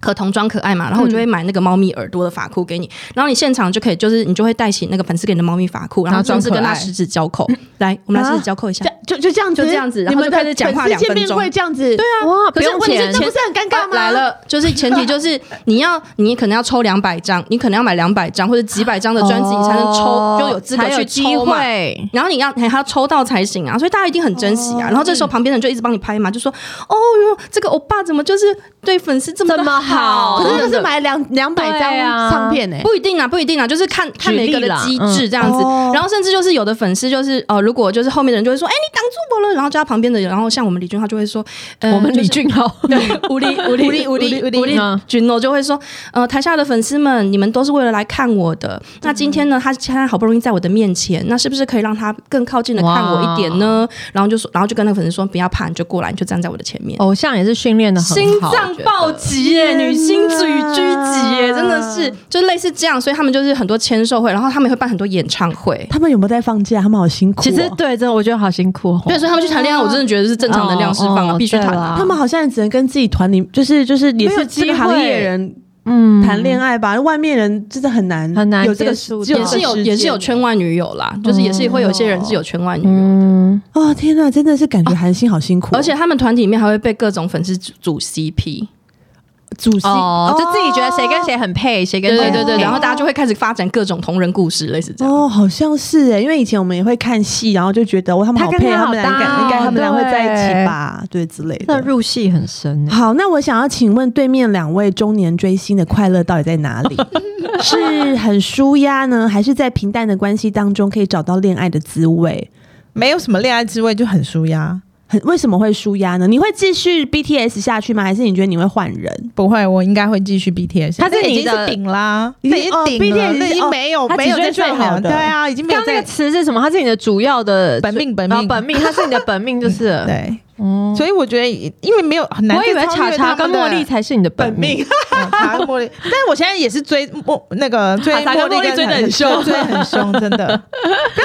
Speaker 3: 可童装可爱嘛，然后我就
Speaker 4: 嗯
Speaker 3: 会买那个猫咪耳朵的发箍给你，然后你现场就可以，就是你就会戴起那个粉丝给你的猫咪发箍，然后真的是跟他十指交扣。 来，我们来十指交扣一下
Speaker 4: 啊
Speaker 1: 这。就就这样子，
Speaker 3: 就这样子然
Speaker 1: 你
Speaker 3: 后
Speaker 1: 们
Speaker 3: 就开始
Speaker 1: 的
Speaker 3: 讲
Speaker 1: 粉
Speaker 3: 话
Speaker 1: 丝
Speaker 3: 两分
Speaker 1: 见面
Speaker 3: 钟
Speaker 1: 会这样子，对
Speaker 3: 啊
Speaker 1: 哇，不
Speaker 3: 可是
Speaker 1: 用
Speaker 3: 问题是
Speaker 1: 钱，这啊
Speaker 3: 前
Speaker 1: 不是很尴尬吗？
Speaker 3: 来，了，就是前提就是你要，你可能要抽两百张，你可能要买两百张或者几百张的专辑，你才能抽，就有资格
Speaker 4: 哦才有
Speaker 3: 去
Speaker 4: 机
Speaker 3: 抽嘛。
Speaker 4: 会。
Speaker 3: 然后你要你还要抽到才行啊，所以大家一定很珍惜啊。
Speaker 4: 哦
Speaker 3: 然后这时候旁边的人就一直帮你拍嘛，就说：“哦哟，这个欧巴怎么就是对粉丝这么
Speaker 4: 这
Speaker 3: 的
Speaker 4: 么好
Speaker 1: 可
Speaker 4: 哦
Speaker 3: 等
Speaker 1: 是
Speaker 3: 等
Speaker 1: 那
Speaker 3: 的
Speaker 1: 是买两两百
Speaker 4: 对啊
Speaker 1: 张唱片呢，欸
Speaker 3: 不一定啊啦，不一定啦，就是看看每个
Speaker 4: 举例
Speaker 3: 的
Speaker 4: 啦
Speaker 3: 机制这样子。
Speaker 1: 哦
Speaker 3: 然后甚至就是有的粉丝就是呃，如果就是后面的人就会说，哎、你挡住我了，然后就他旁边的人，然后像我们李俊浩就会说，呃，
Speaker 4: 我们
Speaker 3: 就
Speaker 4: 李
Speaker 3: 是
Speaker 4: 俊浩，
Speaker 3: 无力无力
Speaker 2: 无力无力无力
Speaker 3: 无力
Speaker 4: 嗯
Speaker 3: 君诺就会说，呃，台下的粉丝们，你们都是为了来看我的。那今天呢，他现在好不容易在我的面前，那是不是可以让他更靠近的看我一点呢？然后就说，然后就跟那个粉丝说，不要怕，你就过来，你就站在我的前面。
Speaker 4: 偶像也是训练的很
Speaker 3: 心
Speaker 4: 好，
Speaker 3: 脏暴击耶，女星主与狙击耶，真的是就类似这样，所以他们就是很多签售会，然后他们也会办很多演唱会。
Speaker 1: 他们有没有在放假？他们好辛苦哦。
Speaker 4: 其实对，真的我觉得好辛苦哦。
Speaker 3: 对，所以他们去谈恋爱，我真的觉得是正常能量释放
Speaker 4: 哦
Speaker 3: 啊，
Speaker 4: 哦
Speaker 3: 必须谈啊。
Speaker 1: 他们好像也只能跟自己团里，就是就是也
Speaker 4: 没
Speaker 1: 是
Speaker 4: 有
Speaker 1: 这
Speaker 4: 机
Speaker 1: 个
Speaker 4: 会
Speaker 1: 行业人
Speaker 4: 嗯
Speaker 1: 谈恋爱吧，外面人真的很难
Speaker 4: 很难
Speaker 1: 有这个
Speaker 4: 接触
Speaker 1: 只有
Speaker 3: 也是有也是有圈外女友啦，就是也是会有一些人是有圈外女友，
Speaker 4: 嗯，
Speaker 1: 哦，天哪，真的是感觉韩星好辛苦哦，
Speaker 3: 而且他们团体里面还会被各种粉丝组组 CP，
Speaker 1: 主戏
Speaker 4: 哦，就自己觉得谁跟谁很配，谁跟
Speaker 3: 对对
Speaker 4: 谁很
Speaker 3: 对对，
Speaker 4: 配哦
Speaker 3: 然后大家就会开始发展各种同人故事，类似这样。
Speaker 1: 哦，好像是哎，因为以前我们也会看戏，然后就觉得哇，他们
Speaker 4: 他
Speaker 1: 好
Speaker 4: 跟
Speaker 1: 配，
Speaker 4: 他
Speaker 1: 他
Speaker 4: 好
Speaker 1: 们俩应
Speaker 4: 搭
Speaker 1: 该
Speaker 4: 哦
Speaker 1: 应该他们俩会
Speaker 4: 对
Speaker 1: 在一起吧，对之类
Speaker 4: 那
Speaker 1: 的。
Speaker 4: 入戏很深欸，
Speaker 1: 好，那我想要请问对面两位中年追星的快乐到底在哪 里？是很舒压呢，还是在平淡的关系当中可以找到恋爱的滋味？
Speaker 2: 没有什么恋爱滋味，就很舒压。
Speaker 1: 很为什么会舒压呢？你会继续 BTS 下去吗？还是你觉得你会换人？
Speaker 2: 不会，我应该会继续 BTS。
Speaker 4: 它是
Speaker 2: 这已
Speaker 4: 你
Speaker 2: 经
Speaker 4: 的
Speaker 2: 是顶啦，
Speaker 1: 已
Speaker 2: 这
Speaker 1: 经
Speaker 2: 已
Speaker 1: 哦
Speaker 2: 经顶了，
Speaker 1: BTS
Speaker 2: 这已
Speaker 1: 哦
Speaker 2: 经没有
Speaker 1: 它
Speaker 2: 没有
Speaker 1: 脊椎
Speaker 2: 在
Speaker 1: 最
Speaker 2: 上
Speaker 1: 好
Speaker 2: 了
Speaker 1: 的
Speaker 2: 对啊，已经没有
Speaker 4: 刚刚
Speaker 2: 在
Speaker 4: 那个词是什么？它是你的主要的
Speaker 2: 本命本
Speaker 4: 啊
Speaker 2: 命
Speaker 4: 本命，它是你的本命，就是 了。
Speaker 2: 对。
Speaker 4: 嗯，
Speaker 2: 所以我觉得，因为没有很难
Speaker 4: 我
Speaker 2: 去
Speaker 4: 以为
Speaker 2: 超
Speaker 4: 茶
Speaker 2: 越
Speaker 4: 茶
Speaker 2: 他
Speaker 4: 跟
Speaker 2: 们的
Speaker 4: 茉莉才是你的本
Speaker 2: 本
Speaker 4: 命
Speaker 2: 命，，茶嗯跟茉莉。但是我现在也是追茉那个追
Speaker 4: 茶跟
Speaker 2: 茉
Speaker 4: 茉莉
Speaker 2: 莉
Speaker 4: 追得
Speaker 2: 的
Speaker 4: 很凶
Speaker 2: 追得很凶，真的。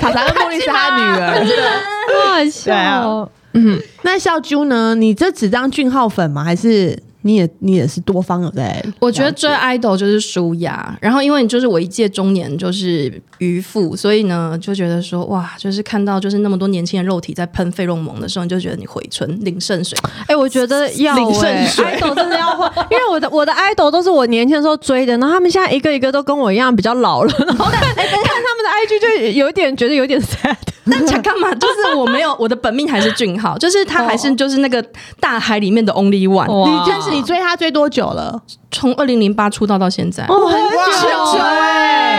Speaker 4: 茶茶跟茉莉是他女儿， 好笑哦。
Speaker 1: 那小啾呢？你这只当俊浩粉吗？还是你也你也是多方有在？
Speaker 3: 我觉得追 idol 就是舒压，然后因为你就是我一届中年就是渔夫，所以呢就觉得说哇，就是看到就是那么多年轻的肉体在喷费洛蒙的时候，你就觉得你回春领圣 水，
Speaker 4: 哎，我觉得要
Speaker 3: 领圣
Speaker 4: 哎
Speaker 3: 水
Speaker 4: ，idol 真的要换，因为我的我的 idol 都是我年轻的时候追的，然后他们现在一个一个都跟我一样比较老了，然后看哎看他们的 IG 就有点觉得有点 sad。
Speaker 3: 但才干嘛？就是我没有我的本命还是俊浩，就是他还是就是那个大海里面的 only one，
Speaker 1: 你
Speaker 4: 哇
Speaker 1: 但是你追他追多久了？
Speaker 3: 从二零零八出道到现在。
Speaker 4: 哦，很
Speaker 2: 很久
Speaker 1: 欸
Speaker 4: 欸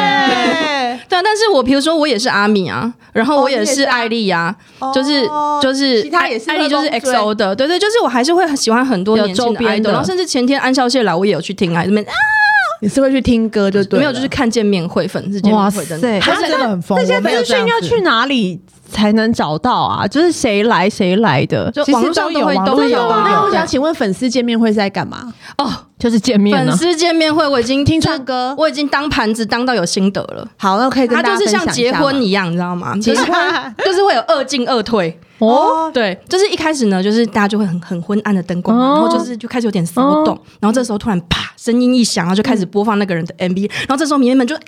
Speaker 2: 哎，
Speaker 3: 对啊，但是我比如说我也是阿米啊，然
Speaker 1: 哦
Speaker 3: 后我也是艾丽啊，就是就是
Speaker 1: 其他也是
Speaker 3: 艾丽就是 XO 的，对对，就是我还是会喜欢很多
Speaker 4: 有
Speaker 3: 年轻
Speaker 4: 周
Speaker 3: 的
Speaker 4: 边
Speaker 3: idol，
Speaker 4: 的
Speaker 3: 然后甚至前天安孝燮来我也有去听啊，那边啊
Speaker 1: 你是会去听歌就对了，
Speaker 3: 没有就是看见面会粉丝见面会等等。
Speaker 4: 哇塞
Speaker 2: 他真的很疯。
Speaker 4: 那些
Speaker 2: 我没有
Speaker 4: 资
Speaker 2: 这
Speaker 4: 讯
Speaker 2: 样
Speaker 4: 要
Speaker 2: 子
Speaker 4: 去哪里才能找到啊？就是谁来谁来的，
Speaker 3: 就
Speaker 4: 其
Speaker 3: 网
Speaker 4: 实
Speaker 3: 络上
Speaker 2: 都
Speaker 3: 都会
Speaker 2: 有
Speaker 3: 都
Speaker 2: 网络
Speaker 3: 有
Speaker 2: 上都
Speaker 3: 啊
Speaker 1: 那
Speaker 2: 有
Speaker 1: 我想请问粉丝见面会是在干嘛？
Speaker 4: 就是见面啊
Speaker 3: 粉
Speaker 4: 呢。
Speaker 3: 丝见面会，我已经
Speaker 1: 听
Speaker 3: 就
Speaker 1: 唱歌
Speaker 3: 我已经当盘子当到有心得了。
Speaker 1: 好，那我可以跟
Speaker 3: 他
Speaker 1: 大家
Speaker 3: 就
Speaker 1: 分
Speaker 3: 是
Speaker 1: 享一
Speaker 3: 像
Speaker 1: 下
Speaker 3: 结婚
Speaker 1: 吗
Speaker 3: 一样，你知 道吗？结
Speaker 2: 婚
Speaker 3: 就是会有二进二退。
Speaker 4: 哦，
Speaker 3: 对，就是一开始呢，就是大家就会很很昏暗的灯光嘛，
Speaker 4: 哦
Speaker 3: 然后就是就开始有点骚动，然后这时候突然啪声音一响，然后就开始播放那个人的 MV，然后这时候迷妹们就啊，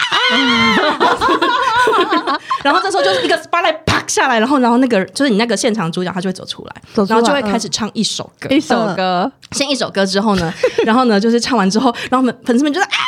Speaker 3: 然后这时候就是一个 spotlight 啪下来，然后然后那个就是你那个现场主角他就会走出来，
Speaker 1: 走出来
Speaker 3: 然后就会开始唱一首歌，嗯
Speaker 4: 一首歌，
Speaker 3: 先一首歌之后呢，然后呢就是唱完之后，然后我们粉丝们就在啊。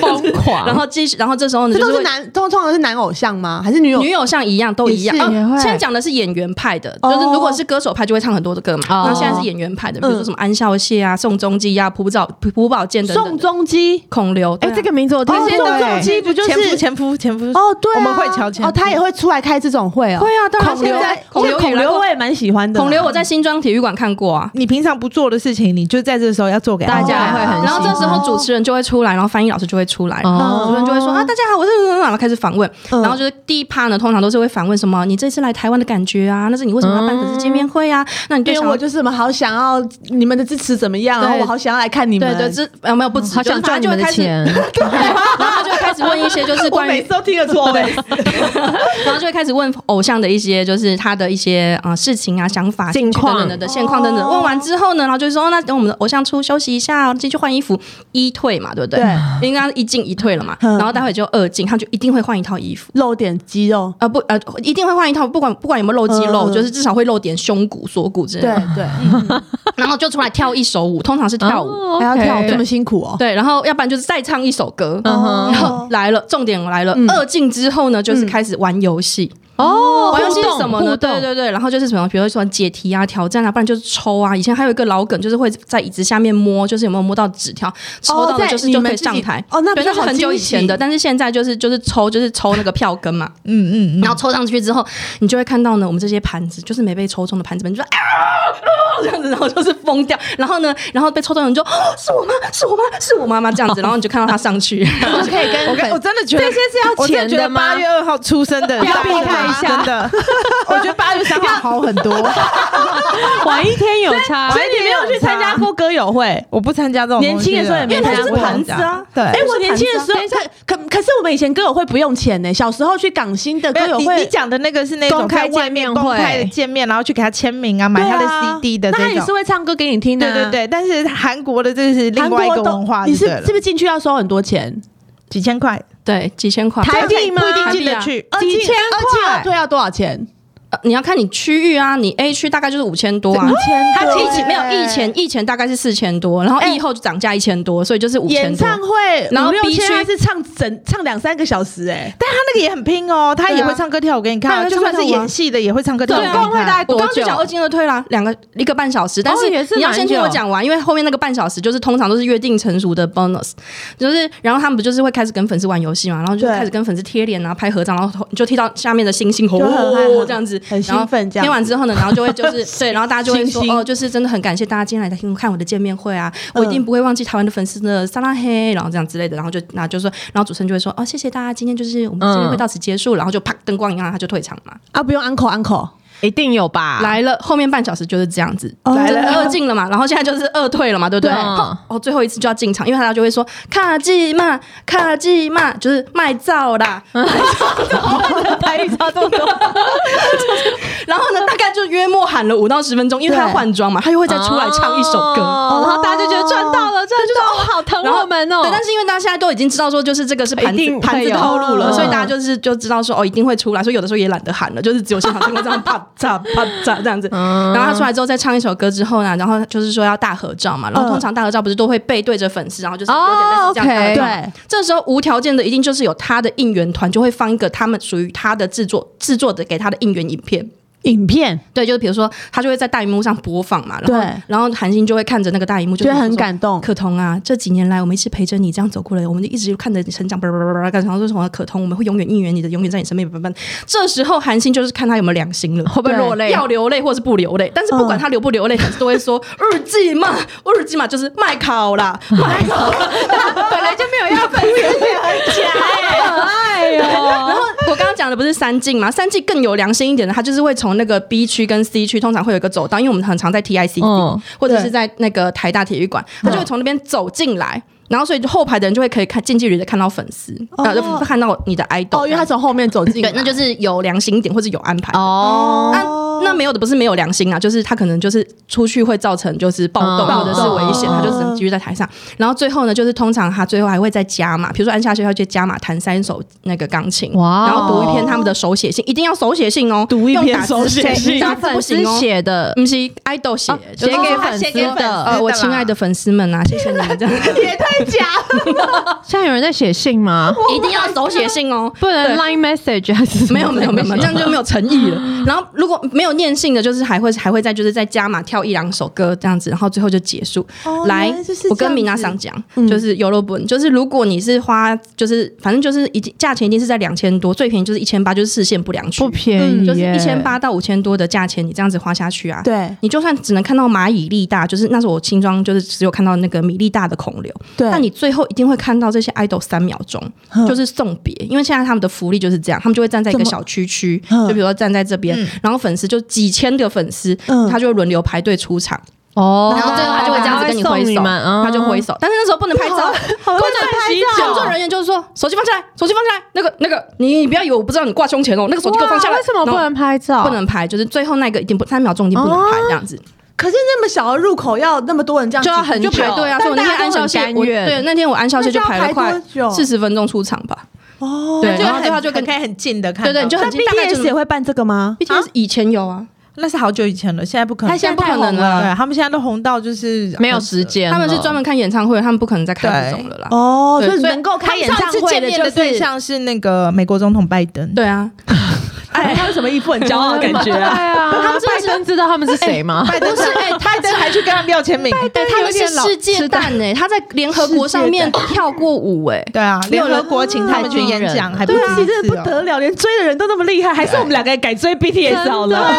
Speaker 4: 疯狂
Speaker 3: 然后继续，然后这时候呢，
Speaker 5: 这
Speaker 3: 就
Speaker 5: 都
Speaker 3: 是
Speaker 5: 是
Speaker 3: 会
Speaker 5: 男，通通常是男偶像吗？还是女偶？
Speaker 3: 女友像一样都一样。
Speaker 5: 也是也
Speaker 3: 哦
Speaker 5: 会
Speaker 3: 现在讲的是演员派的，
Speaker 5: 哦
Speaker 3: 就是如果是歌手派就会唱很多的歌嘛。
Speaker 4: 哦
Speaker 3: 那现在是演员派的，比如说
Speaker 5: 嗯
Speaker 3: 什么安孝燮啊、宋仲基啊、朴宝朴宝剑等等的。
Speaker 1: 宋仲基，
Speaker 3: 孔刘，
Speaker 4: 哎、
Speaker 3: 对啊
Speaker 4: 这个名字我听
Speaker 5: 哦
Speaker 4: 过、
Speaker 5: 宋仲
Speaker 4: 哎
Speaker 5: 基不就是
Speaker 2: 前夫前夫前夫？
Speaker 5: 哦，对啊，
Speaker 2: 我们会乔前夫
Speaker 5: 哦，他也会出来开这种会哦。
Speaker 3: 会啊，当然
Speaker 5: 孔刘
Speaker 3: 现在孔
Speaker 1: 这
Speaker 3: 刘
Speaker 1: 个
Speaker 3: 也
Speaker 1: 孔
Speaker 3: 来
Speaker 1: 刘
Speaker 3: 过
Speaker 1: 我也蛮喜欢的。
Speaker 3: 孔刘我在新庄体育馆看过啊。
Speaker 2: 你平常不做的事情，你就在这时候要做给
Speaker 4: 大家
Speaker 2: 看
Speaker 4: 会很
Speaker 3: 然后这
Speaker 4: 喜
Speaker 3: 时候主持人就会出来，然后翻译老师就会出来，然后主持人就会说啊，大家好，我是然后开始访问，
Speaker 5: 嗯
Speaker 3: 然后就是第一趴呢，通常都是会访问什么，你这次来台湾的感觉啊，那是你为什么要办粉丝见面会啊？那你就
Speaker 5: 因为
Speaker 3: 想
Speaker 5: 我
Speaker 3: 要
Speaker 5: 就是我好想要你们的支持怎么样，然后
Speaker 3: 对
Speaker 5: 我好想要来看你们。
Speaker 3: 对对，这呃没有不止，
Speaker 4: 好想
Speaker 3: 就是他
Speaker 4: 赚你
Speaker 3: 就会
Speaker 4: 们的
Speaker 3: 开始，
Speaker 4: 钱，
Speaker 3: 然后他就会开始问一些就是
Speaker 5: 我
Speaker 3: 关
Speaker 5: 每
Speaker 3: 于
Speaker 5: 次，都听得出来。
Speaker 3: 然后就会开始问偶像的一些就是他的一些啊、呃事情啊、想法、
Speaker 4: 近况
Speaker 3: 兴趣等等的现况等
Speaker 5: 哦
Speaker 3: 等。问完之后呢，然后就说哦那等我们的偶像出休息一下哦，进去换衣服，一退嘛，对不对？因为他一进一退了嘛，
Speaker 5: 嗯
Speaker 3: 然后待会就二进，他就一定会换一套衣服。
Speaker 5: 露点肌肉，
Speaker 3: 呃不呃，一定会换一套，不管不管有没有露肌肉，
Speaker 5: 嗯嗯
Speaker 3: 就是至少会露点胸骨、锁骨之类
Speaker 5: 对嗯
Speaker 3: 的，
Speaker 5: 对，
Speaker 3: 然后就出来跳一首舞，通常是跳舞，
Speaker 4: 哦
Speaker 5: 还要跳
Speaker 4: OK
Speaker 5: 这么辛苦哦。
Speaker 3: 对，然后要不然就是再唱一首歌，
Speaker 4: 嗯哼
Speaker 1: 哦
Speaker 3: 然后来了，重点来了，二进之后呢，就是开始玩游戏，
Speaker 4: 哦，
Speaker 3: 玩游戏是
Speaker 4: 互动
Speaker 3: 什么呢？
Speaker 4: 互动
Speaker 3: 对对对，然后就是什么，比如说解题啊、挑战啊，不然就是抽啊。以前还有一个老梗，就是会在椅子下面摸，就是有没有摸到纸条，抽到的
Speaker 5: 在
Speaker 3: 就是
Speaker 5: 你
Speaker 3: 就
Speaker 5: 们
Speaker 3: 可以
Speaker 5: 自己
Speaker 3: 上台。
Speaker 5: 哦那不
Speaker 3: 对，
Speaker 5: 是
Speaker 3: 那是
Speaker 5: 好
Speaker 3: 很久以
Speaker 5: 惊喜
Speaker 3: 前的，但是现在就是就是抽，就是抽那个票根 嘛。
Speaker 2: 嗯嗯嗯，
Speaker 3: 然后抽上去之后，你就会看到呢，我们这些盘子就是没被抽中的盘子们，就说啊 啊这样子，然后就是疯掉。然后呢，然后被抽中的人就、哦、是我妈，是我妈，是我妈妈这样子，然后你就看到她上 去，然后就
Speaker 4: 可以跟
Speaker 2: 我跟我真的觉得
Speaker 4: 这些是要
Speaker 2: 我真
Speaker 4: 钱
Speaker 2: 觉得
Speaker 4: 的吗
Speaker 2: 八月二号出生的，
Speaker 4: 要
Speaker 2: 大家
Speaker 4: 避开一下
Speaker 2: 真的。我觉得八月三号好很多，
Speaker 1: 晚一天有差，所
Speaker 2: 所以
Speaker 1: 以你没有去参加过歌友会。
Speaker 2: 我不参加这种东西
Speaker 1: 年轻的时候也没因为它就是
Speaker 2: 我不参加
Speaker 1: 盘子啊
Speaker 2: 对，
Speaker 5: 哎，我年轻的时候，可可可是我们以前歌友会不用钱呢。小时候去港星的歌
Speaker 2: 没有
Speaker 5: 友
Speaker 2: 你
Speaker 5: 会，
Speaker 2: 你讲的那个是那种
Speaker 4: 公开
Speaker 2: 在外面
Speaker 4: 见面
Speaker 2: 公
Speaker 4: 会
Speaker 2: 开的见面，然后去给他签名啊，买
Speaker 5: 对
Speaker 2: 他
Speaker 5: 啊
Speaker 2: 的 CD 的
Speaker 1: 那他
Speaker 2: 这
Speaker 1: 也是
Speaker 2: 种。
Speaker 1: 会唱歌给你听的、
Speaker 2: 对对，
Speaker 4: 嗯
Speaker 2: 对，但是韩国的这是另
Speaker 5: 韩
Speaker 2: 外一
Speaker 5: 国
Speaker 2: 个
Speaker 5: 都
Speaker 2: 文化，
Speaker 5: 你是
Speaker 2: 对了
Speaker 5: 是不是进去要收很多钱？
Speaker 2: 几千块？
Speaker 3: 对几千块
Speaker 4: 台币吗
Speaker 2: 不一定
Speaker 3: 台
Speaker 2: 进
Speaker 3: 币
Speaker 2: 得
Speaker 3: 啊
Speaker 2: 去。
Speaker 5: 二
Speaker 4: 几千块
Speaker 5: 二退要多少钱？
Speaker 3: 呃你要看你区域啊，你 A 区大概就是五千多啊。
Speaker 5: 千
Speaker 4: 嗯
Speaker 3: 它
Speaker 5: 多
Speaker 3: 疫情没有疫前，疫前大概是四千多，然后
Speaker 5: 哎
Speaker 3: 疫后就涨价一千多，所以就是五千
Speaker 5: 演
Speaker 3: 多。
Speaker 5: 唱会，
Speaker 3: 然后
Speaker 5: 五六
Speaker 3: B 区
Speaker 5: 千他是唱整唱两三个小时，哎，
Speaker 2: 但他那个也很拼哦，他也
Speaker 3: 对啊
Speaker 2: 会唱歌跳舞给你
Speaker 3: 对
Speaker 2: 看，
Speaker 3: 啊
Speaker 2: 就
Speaker 3: 就
Speaker 2: 算是
Speaker 3: 唱跳舞啊
Speaker 2: 演戏的也会唱歌跳舞
Speaker 3: 对
Speaker 2: 给
Speaker 3: 啊
Speaker 2: 你看。
Speaker 3: 总共会大概
Speaker 4: 多
Speaker 3: 我
Speaker 4: 久
Speaker 3: 刚刚就讲二进二退啦，两个一个半
Speaker 5: 哦
Speaker 3: 小时，但
Speaker 4: 也是
Speaker 3: 你要
Speaker 4: 蛮
Speaker 3: 先听
Speaker 4: 久
Speaker 3: 我讲完，因为后面那个半小时就是通常都是约定成熟的 bonus，就是然后他们不就是会开始跟粉丝玩游戏嘛，然后就
Speaker 5: 对
Speaker 3: 开始跟粉丝贴脸啊、拍合照，然后你就听到下面的星星哦吼
Speaker 5: 就很嗨很
Speaker 3: 这样子，
Speaker 5: 很兴奋这样
Speaker 3: 然后听完之后呢，然后就会就是 对，然后大家就会说
Speaker 5: 星星
Speaker 3: 哦，就是真的很感谢大家今天来听看我的见面会啊，我一定
Speaker 5: 嗯
Speaker 3: 不会忘记台湾的粉丝的撒拉嘿，然后这样之类的，然后就那就说，然后主持人就会说哦，谢谢大家，今天就是我们的
Speaker 5: 嗯
Speaker 3: 见面会到此结束，然后就啪灯光一样，他就退场嘛。
Speaker 5: 啊，不用 uncle uncle，
Speaker 4: 一定有吧？
Speaker 3: 来了，后面半小时就是这样子，
Speaker 5: 哦
Speaker 3: 来了二进了嘛，然后现在就是二退了嘛，对不对？
Speaker 4: 对
Speaker 3: 哦，哦最后一次就要进场，因为他就会说卡基嘛，卡基嘛，就是卖照啦。
Speaker 4: 台语差这么多，
Speaker 3: 然后呢，大概就约莫喊了五到十分钟，因为他
Speaker 5: 对
Speaker 3: 换装嘛，他又会再出来唱一首歌。
Speaker 4: 哦然后大家就觉得赚到了，赚到了，好疼
Speaker 3: 然后
Speaker 4: 我们哦。
Speaker 3: 对，但是因为大家现在都已经知道说，就是这个是盘
Speaker 4: 一
Speaker 3: 子
Speaker 4: 定会
Speaker 3: 盘子
Speaker 4: 有
Speaker 3: 套路了，
Speaker 4: 嗯
Speaker 3: 所以大家就是就知道说哦，一定会出来，所以有的时候也懒得喊了，就是只有现场听过 这样啪嚓啪嚓这样子。
Speaker 4: 嗯
Speaker 3: 然后他出来之后再唱一首歌之后呢，然后就是说要大合照嘛，然
Speaker 4: 嗯
Speaker 3: 后通常大合照不是都会背对着粉丝，然后就是有点
Speaker 4: 哦
Speaker 3: 类似这样大合照。
Speaker 5: 对，
Speaker 3: 这时候无条件的一定就是有他的应援团就会放一个他们属于他的制作制作的给他的应援影片。
Speaker 5: 影片
Speaker 3: 对，就是比如说他就会在大荧幕上播放嘛，然后
Speaker 5: 对
Speaker 3: 然后韩星就会看着那个大荧幕，就
Speaker 5: 觉得
Speaker 3: 跟他
Speaker 5: 很
Speaker 3: 说
Speaker 5: 感动。
Speaker 3: 可彤啊，这几年来我们一直陪着你这样走过来，我们就一直看着你成长，叭叭叭叭叭，然后说什么可彤，我们会永远应援你的，永远在你身边，叭叭叭。这时候韩星就是看他有没有良心了。嗯
Speaker 4: 会不会落泪？
Speaker 3: 要流泪或是不流泪，但是不管他流不流泪，粉丝都会说日记嘛， 日记嘛就是卖烤 啦，卖烤啦，本来就没有要粉丝，
Speaker 4: 可爱
Speaker 3: 然后我刚刚讲的不是三进嘛，三进更有良心一点的，它就是会从那个 B 区跟 C 区通常会有一个走道，因为我们很常在 TICC、
Speaker 4: 嗯
Speaker 3: 或者是在那个台大体育馆，它就会从那边走进来。然后，所以后排的人就会可以看近距离的看到粉丝，
Speaker 5: 哦
Speaker 3: 呃，就看到你的 idol，
Speaker 5: 哦，因为他从后面走进
Speaker 3: 对，那就是有良心一点或者有安排。
Speaker 4: 哦
Speaker 3: 啊，那没有的不是没有良心啊，就是他可能就是出去会造成就是暴动
Speaker 4: 嗯
Speaker 3: 或者是危险，他就只能继续在台上。然后最后呢，就是通常他最后还会再加码，比如说安夏秀要去加码弹三首那个钢琴，
Speaker 4: 哇哦
Speaker 3: 然后读一篇他们的手写信，一定要手写信哦，
Speaker 1: 读一篇
Speaker 3: 用打字
Speaker 1: 手写
Speaker 3: 写
Speaker 1: 信
Speaker 3: 你知道
Speaker 4: 找
Speaker 3: 不
Speaker 4: 粉丝
Speaker 3: 行哦。
Speaker 4: 写的，
Speaker 3: 不是爱豆写，
Speaker 4: 写
Speaker 3: 就是
Speaker 4: 给
Speaker 3: 说
Speaker 4: 粉
Speaker 2: 写给
Speaker 4: 丝
Speaker 2: 粉丝
Speaker 4: 的。
Speaker 3: 呃，我亲爱的粉丝们啊，谢谢你们这样，
Speaker 4: 现在有人在写信吗？
Speaker 3: 一定要手写信 哦，
Speaker 4: 不能 Line message 还是什么
Speaker 3: 没有没有没有，这样就没有诚意 了。然后如果没有念信的，就是还会还会再就是再加码跳一两首歌这样子，然后最后就结束。
Speaker 5: 哦
Speaker 3: 来，我跟米娜桑讲，
Speaker 4: 嗯
Speaker 3: 就是优乐本，就是如果你是花，就是反正就是一定价钱一定是在两千多，最便宜就是一千八，就是视线不良区
Speaker 4: 不，便宜
Speaker 3: 嗯就是
Speaker 4: 耶
Speaker 3: 一千八到五千多的价钱，你这样子花下去啊，
Speaker 5: 对
Speaker 3: 你就算只能看到蚂蚁力大，就是那时候我轻装，就是只有看到那个米粒大的孔流，
Speaker 5: 对，
Speaker 3: 但你最后一定会看到这些 idol 三秒钟，就是送别，因为现在他们的福利就是这样，他们就会站在一个小区区，就比如说站在这
Speaker 4: 嗯
Speaker 3: 边，然后粉丝就几千个粉丝，
Speaker 5: 嗯
Speaker 3: 他就会轮流排队出场，
Speaker 4: 哦
Speaker 3: 然后最后他就会这样子跟你挥
Speaker 4: 送
Speaker 3: 手，
Speaker 4: 们嗯
Speaker 3: 他就挥手，但是那时候不能拍 照，不能拍
Speaker 4: 照
Speaker 3: 工作人员就是说手机放下来，手机放下来，那个那个你你不要以为我不知道你挂胸前哦，那个手机给我放下来，
Speaker 4: 哇为什么不
Speaker 3: 然后
Speaker 4: 能拍哦照？
Speaker 3: 不能拍？就是最后那个一定不三秒钟一定不能拍这样子。
Speaker 5: 可是那么小的入口要那么多人这样
Speaker 4: 就要
Speaker 5: 挤
Speaker 4: 很
Speaker 5: 就
Speaker 3: 就
Speaker 4: 久
Speaker 3: 排队啊！所以
Speaker 5: 但
Speaker 3: 我那天
Speaker 5: 大家
Speaker 3: 安
Speaker 5: 都
Speaker 3: 校
Speaker 5: 很
Speaker 3: 谢，
Speaker 4: 甘
Speaker 3: 我
Speaker 4: 愿
Speaker 3: 对那天我安校谢就排了
Speaker 5: 那就
Speaker 3: 快
Speaker 5: 要排多久
Speaker 3: 四十分钟出场吧。
Speaker 5: 哦，
Speaker 3: 对，
Speaker 2: 就
Speaker 3: 然后
Speaker 2: 很
Speaker 3: 最后就跟
Speaker 2: 可以很近的看
Speaker 3: 对
Speaker 2: 到。
Speaker 3: 对，你就很
Speaker 5: 那
Speaker 3: 近，大概就
Speaker 5: BTS 也会办这个吗？
Speaker 3: BTS 以前有啊，
Speaker 2: 那是好久以前了，现在不可能。
Speaker 3: 他现在不可能
Speaker 2: 对
Speaker 3: 了，
Speaker 2: 他们现在都红到就是
Speaker 4: 没有时间了，
Speaker 3: 他们是专门看演唱会，他们不可能再开这种了啦。
Speaker 5: 哦，
Speaker 3: 对
Speaker 5: 所以
Speaker 3: 所以
Speaker 5: 能够开演唱
Speaker 2: 上次
Speaker 5: 会
Speaker 2: 见面
Speaker 5: 就
Speaker 2: 的
Speaker 5: 是
Speaker 2: 对，象是那个美国总统拜登，
Speaker 3: 对啊，
Speaker 5: 哎，他有什么一副很骄傲的感觉
Speaker 4: 对
Speaker 5: 啊？
Speaker 4: 啊，他们拜登知道他们是谁吗？
Speaker 2: 拜登是哎， 拜登还去跟他们要签名，
Speaker 3: 对，他们是世界
Speaker 4: 吃蛋
Speaker 3: 蛋哎，他在联合国上面跳过舞哎，
Speaker 2: 对啊，联合国请他们去演讲，还不止一次哦
Speaker 5: 你真的不得了，连追的人都那么厉害，还是我们两个改追 BTS 好了。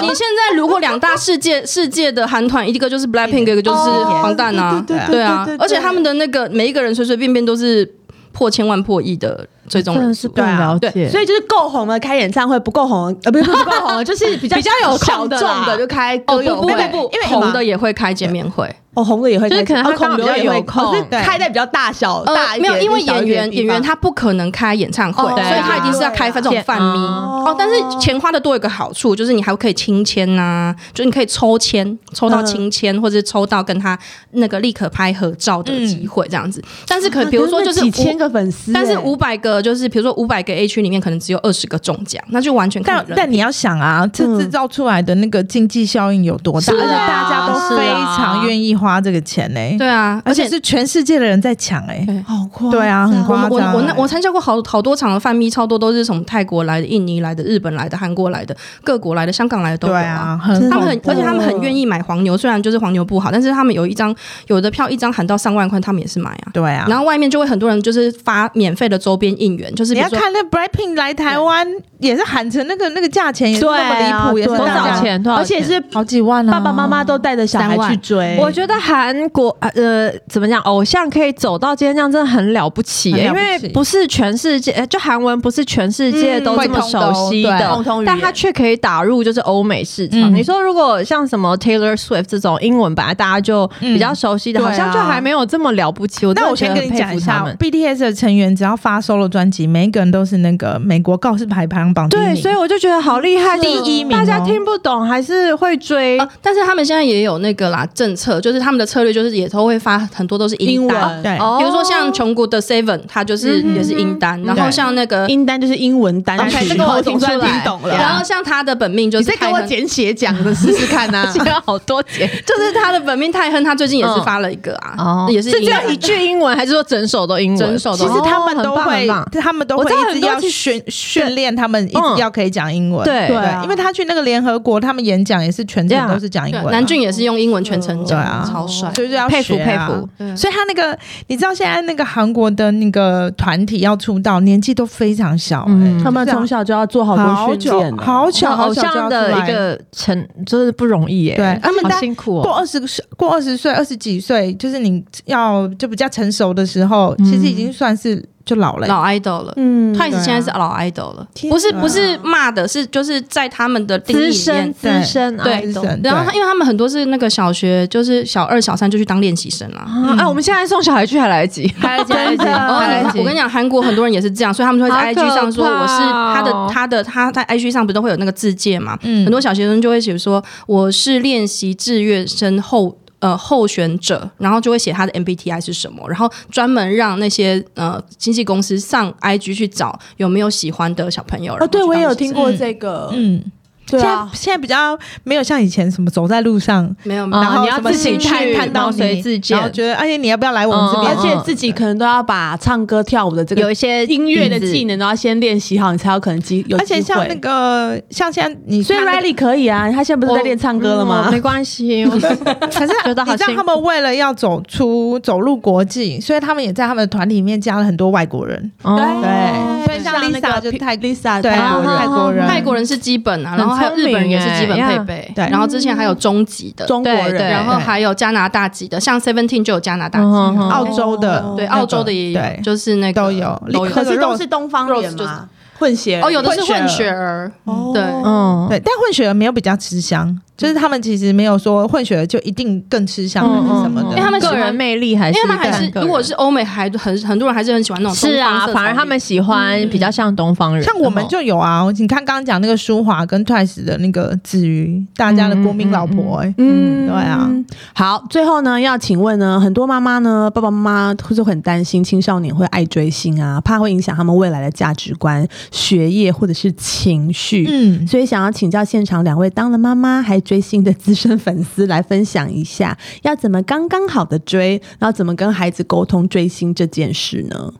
Speaker 3: 你你现在如果两大世界世界的韩团，一个就是 Blackpink，一个就是防弹啊，
Speaker 5: 对对对
Speaker 3: 对啊
Speaker 5: 对对，对
Speaker 3: 而且他们的那个每一个人随随便便都是破千万破亿的最终人数，
Speaker 4: 不了
Speaker 3: 啊
Speaker 4: 解
Speaker 5: 所以就是够红了开演唱会，不够红呃不是不是不够红了，就是比较比较有小众
Speaker 2: 啦
Speaker 5: 的就开歌
Speaker 3: 哦不
Speaker 5: 友
Speaker 3: 不
Speaker 5: 会，
Speaker 3: 不不，红的也会开见面会，
Speaker 5: 哦红的也会开，
Speaker 4: 就是可能他
Speaker 5: 哦
Speaker 4: 刚
Speaker 5: 孔
Speaker 4: 好
Speaker 5: 刘也会
Speaker 4: 比较有
Speaker 5: 哦
Speaker 4: 空
Speaker 5: 是开在比较大小大一
Speaker 3: 呃没
Speaker 5: 点
Speaker 3: 有，因为
Speaker 5: 小一
Speaker 3: 演
Speaker 5: 点
Speaker 3: 员
Speaker 2: 啊
Speaker 5: 的地
Speaker 3: 演员
Speaker 5: 方
Speaker 3: 他不可能开演唱会，
Speaker 5: 哦
Speaker 3: 所以他一定是要开这
Speaker 2: 啊
Speaker 3: 种饭咪。
Speaker 4: 哦
Speaker 3: 哦，但是钱花的多有一个好处，就是你还可以亲签呐，就是你可以抽签，抽到亲签，或者是抽到跟他那个立刻拍合照的机会，这样子。
Speaker 2: 嗯
Speaker 3: 但是可
Speaker 2: 啊
Speaker 3: 能比如说就是
Speaker 5: 几千
Speaker 3: 五。
Speaker 5: 个粉丝欸，
Speaker 2: 哎
Speaker 3: 但是五百个就是，比如说五百个 A 区里面，可能只有二十个中奖，那就完全看
Speaker 2: 但
Speaker 3: 人品
Speaker 2: 但你要想啊，这制造出来的那个经济效应有多大，
Speaker 4: 是啊
Speaker 2: 而且大家
Speaker 4: 是
Speaker 2: 都
Speaker 4: 啊
Speaker 2: 非常愿意花这个钱呢、
Speaker 3: 对啊，
Speaker 2: 而
Speaker 3: 而
Speaker 2: 且
Speaker 3: 且
Speaker 2: 是全世界的人在抢哎、
Speaker 3: 对
Speaker 5: 好夸张
Speaker 2: 对啊很夸
Speaker 3: 我我
Speaker 2: 张
Speaker 3: 我那我参加过好好多场的饭咪，超多都是从泰国来的、印尼来的、日本来的、韩国来的、各国来的、香港来的都有
Speaker 2: 对啊，很
Speaker 3: 他们很
Speaker 2: 恐，怖
Speaker 3: 而且他们很愿意买黄牛，虽然就是黄牛不好，但是他们有一张有的票一张喊到上万块，他们也是买啊。
Speaker 2: 对啊。
Speaker 3: 然后外面就会很多人就是发免费的周边应援，就是
Speaker 2: 你
Speaker 3: 比如
Speaker 2: 要
Speaker 3: 说
Speaker 2: 看那 Blackpink 来台湾也是喊成那个那个价钱也是那么
Speaker 5: 对
Speaker 2: 离
Speaker 5: 啊
Speaker 2: 谱，也是
Speaker 5: 对
Speaker 2: 大
Speaker 5: 啊
Speaker 4: 多
Speaker 2: 家
Speaker 4: 少钱？多少
Speaker 5: 而
Speaker 4: 钱
Speaker 5: 且是
Speaker 2: 好几万啊！
Speaker 5: 爸爸妈妈都带着小孩
Speaker 3: 三万
Speaker 5: 去追，
Speaker 4: 我觉得韩国呃，怎么讲，偶像可以走到今天这样，真的很了不起耶、
Speaker 2: 很了
Speaker 4: 因
Speaker 2: 不起
Speaker 4: 为不是全世界，呃就韩文不是全世界
Speaker 2: 嗯
Speaker 4: 都这么熟悉
Speaker 2: 会
Speaker 4: 的，
Speaker 2: 通
Speaker 5: 通语言
Speaker 4: 但它却可以打入就是欧美市场。
Speaker 2: 嗯
Speaker 4: 你说如果像什么 Taylor Swift 这种英文本来大家就比较熟悉的，
Speaker 2: 嗯
Speaker 4: 好像就
Speaker 2: 对啊
Speaker 4: 还没有这么了不起。我真
Speaker 2: 那
Speaker 4: 的
Speaker 2: 我先
Speaker 4: 觉得
Speaker 2: 跟你
Speaker 4: 很
Speaker 2: 讲
Speaker 4: 佩
Speaker 2: 一
Speaker 4: 服他
Speaker 2: 下
Speaker 4: 们。
Speaker 2: ，BTS 的成员只要发 solo 专辑，每一个人都是那个美国告示牌排行榜第一
Speaker 4: 对，
Speaker 2: 名
Speaker 4: 所以我就觉得好厉害，
Speaker 2: 第
Speaker 4: 就是
Speaker 2: 一名哦
Speaker 4: 大家听不懂还是会追。
Speaker 3: 啊，但是他们现在也有那个啦政策，就是他们的策略就是也都会发很多都是
Speaker 5: 英文
Speaker 3: 单
Speaker 2: 啊对
Speaker 4: 哦
Speaker 3: 比如说像穷谷的 Seven，它就是
Speaker 2: 嗯
Speaker 3: 也是英单，然后像那个。
Speaker 5: 英单就是英文单曲
Speaker 4: OK，，这
Speaker 5: 然
Speaker 4: 个
Speaker 5: 后
Speaker 4: 我
Speaker 5: 总
Speaker 4: 听
Speaker 5: 算
Speaker 4: 出来
Speaker 5: 听懂了。
Speaker 3: 然后像他的本命就是泰亨，
Speaker 5: 简写讲的试试看呐
Speaker 4: 现在好多节
Speaker 3: 就是他的本命泰亨，他最近也
Speaker 2: 嗯
Speaker 3: 是发了一个啊，
Speaker 4: 哦，
Speaker 3: 也是
Speaker 4: 是
Speaker 3: 英
Speaker 4: 只
Speaker 3: 单
Speaker 4: 有一句英文，还是说整首都英文？
Speaker 3: 整首
Speaker 2: 其
Speaker 3: 都
Speaker 2: 实他们
Speaker 4: 哦
Speaker 2: 都
Speaker 4: 很棒
Speaker 2: 会
Speaker 4: 很棒，
Speaker 2: 他们都
Speaker 4: 我
Speaker 2: 会
Speaker 4: 知道
Speaker 2: 一
Speaker 4: 很
Speaker 2: 直
Speaker 4: 多
Speaker 2: 要
Speaker 4: 其
Speaker 2: 训训练他们一直
Speaker 4: 嗯
Speaker 2: 要可以讲英文。
Speaker 4: 对
Speaker 5: 对啊
Speaker 2: 因为他去那个联合国，他们演讲也是全程
Speaker 4: Yeah
Speaker 2: 都是讲英
Speaker 3: 对
Speaker 2: 文啊。
Speaker 3: 南俊也是用英文全程
Speaker 2: 对
Speaker 3: 讲，
Speaker 2: 啊，
Speaker 3: 超帅。
Speaker 2: 所以就要
Speaker 4: 佩服
Speaker 2: 学啊
Speaker 4: 佩服
Speaker 3: 对啊
Speaker 2: 所以他那个，你知道现在那个韩国的那个团体要出道，年纪都非常小、欸，
Speaker 4: 嗯
Speaker 5: 他们从小就要做好
Speaker 2: 好
Speaker 5: 多训
Speaker 2: 久
Speaker 5: 练，
Speaker 2: 好久
Speaker 4: 像
Speaker 2: 好
Speaker 4: 哦偶
Speaker 2: 久就要
Speaker 4: 像的
Speaker 2: 出来
Speaker 4: 一个成，就是不容易耶。
Speaker 2: 对他们
Speaker 4: 好
Speaker 2: 大
Speaker 4: 辛苦
Speaker 2: 过
Speaker 4: 哦。
Speaker 2: 二十岁，过二十岁、二十几岁，就是你要就比较成熟的时候，其实已经算是就老了欸、
Speaker 3: 老 idol 了。
Speaker 1: 嗯，
Speaker 3: Twice
Speaker 2: 对啊
Speaker 3: 现在是老 idol 了，
Speaker 2: 天
Speaker 3: 不是
Speaker 2: 哪
Speaker 3: 不是骂的，是就是在他们的定义
Speaker 4: 资
Speaker 3: 里面
Speaker 4: 深，资深啊
Speaker 3: 对
Speaker 2: 资
Speaker 4: idol
Speaker 2: 深
Speaker 3: 然后他
Speaker 2: 对
Speaker 3: 因为他们很多是那个小学，就是小二小三就去当练习生啦。
Speaker 4: 啊，哎我们现在送小孩去还来得及，
Speaker 3: 还有
Speaker 4: 真的
Speaker 2: 啊
Speaker 3: 哦
Speaker 4: 还来得及
Speaker 3: 我跟你讲，韩国很多人也是这样，所以他们就会在
Speaker 4: 好可
Speaker 3: IG 上说
Speaker 4: 怕哦
Speaker 3: 我是他的他的他在 IG 上不都会有那个字界嘛？
Speaker 2: 嗯
Speaker 3: 很多小学生就会写说我是练习志愿生后。呃，候选者，然后就会写他的 MBTI 是什么，然后专门让那些呃经纪公司上 IG 去找有没有喜欢的小朋友。
Speaker 1: 哦，对我也有听
Speaker 3: 过，
Speaker 1: 过这个，
Speaker 2: 嗯，
Speaker 1: 对
Speaker 2: 现
Speaker 1: 啊
Speaker 2: 在，现在比较没有像以前什么走在路上，
Speaker 3: 没有，没有
Speaker 2: 然后
Speaker 4: 哦你要
Speaker 2: 什么
Speaker 4: 自己
Speaker 2: 兴趣
Speaker 4: 去
Speaker 2: 看
Speaker 4: 然
Speaker 2: 到
Speaker 4: 后
Speaker 2: 你
Speaker 4: 随自荐
Speaker 2: 然后觉得而且你要不要来我们这
Speaker 4: 嗯
Speaker 1: 而
Speaker 2: 边？哦
Speaker 1: 且自己可能都要把唱歌、跳舞的这
Speaker 4: 有
Speaker 1: 个
Speaker 4: 一些
Speaker 1: 音乐的技
Speaker 4: 能。
Speaker 1: 能都要先练习好，你才有可能机有
Speaker 2: 而且
Speaker 1: 机
Speaker 2: 像那
Speaker 1: 会。
Speaker 2: 个像现在你
Speaker 1: 所以
Speaker 2: 看那个
Speaker 1: Riley 可以啊，他现在不是在练唱歌了
Speaker 4: 嗯
Speaker 1: 吗？
Speaker 4: 没关系，我可是觉得
Speaker 2: 你
Speaker 4: 好
Speaker 2: 知道
Speaker 4: 像
Speaker 2: 他们为了要走出走入国际，所以他们也在他们的团体里面加了很多外国人。
Speaker 4: 哦嗯
Speaker 2: 对所以像 Lisa 就泰
Speaker 1: Lisa
Speaker 2: 对
Speaker 1: 泰国人
Speaker 2: 泰国人
Speaker 3: 泰国人是基本啊，然后还有
Speaker 4: 很聪
Speaker 3: 日
Speaker 4: 明
Speaker 3: 本人也是基本
Speaker 4: 欸
Speaker 3: 配
Speaker 4: 呀
Speaker 3: 备，
Speaker 2: 对
Speaker 3: 然后之前还有中级的，
Speaker 1: 中国
Speaker 4: 对对
Speaker 1: 人，
Speaker 3: 然后还有加拿大籍的，像 Seventeen 就有加拿大籍
Speaker 4: 嗯哼
Speaker 3: 的，
Speaker 2: 澳洲的
Speaker 1: 哦
Speaker 3: 对，
Speaker 2: 那个
Speaker 3: 澳洲的也有，
Speaker 2: 对
Speaker 3: 就是那个
Speaker 2: 都有
Speaker 3: 都有
Speaker 2: 可
Speaker 1: 可是
Speaker 2: 是
Speaker 1: 都
Speaker 2: 都
Speaker 1: 是
Speaker 2: 是
Speaker 1: 东方
Speaker 3: 人
Speaker 1: 人
Speaker 3: 嘛
Speaker 1: 嘛，混血
Speaker 3: 哦，有的是
Speaker 2: 混
Speaker 3: 混
Speaker 2: 血
Speaker 3: 血儿，
Speaker 1: 哦
Speaker 3: 对
Speaker 4: 嗯，
Speaker 2: 对，但混血儿没有比较吃香，就是他们其实没有说混血儿就一定更吃香还是什么的，
Speaker 4: 嗯嗯嗯
Speaker 3: 因为他们喜
Speaker 4: 个
Speaker 3: 欢
Speaker 4: 人魅力还
Speaker 3: 因
Speaker 4: 是
Speaker 3: 为他们还是
Speaker 4: 看个人
Speaker 3: 如果是欧美，还很很多人还是很喜欢那种
Speaker 4: 是啊，
Speaker 3: 东方色彩嗯
Speaker 4: 反而他们喜欢比较像东方人，
Speaker 2: 像我们就有啊，你看刚刚讲那个舒华跟 Twice 的那个子瑜，大家的国民老婆、欸，
Speaker 1: 嗯，
Speaker 2: 对啊。
Speaker 1: 好，最后呢，要请问呢，很多妈妈呢，爸爸妈妈会是很担心青少年会爱追星啊，怕会影响他们未来的价值观、学业或者是情绪。
Speaker 2: 嗯，
Speaker 1: 所以想要请教现场两位当了妈妈还追星的资深粉丝来分享一下，要怎么刚刚好的追，然后怎么跟孩子沟通追星这件事呢？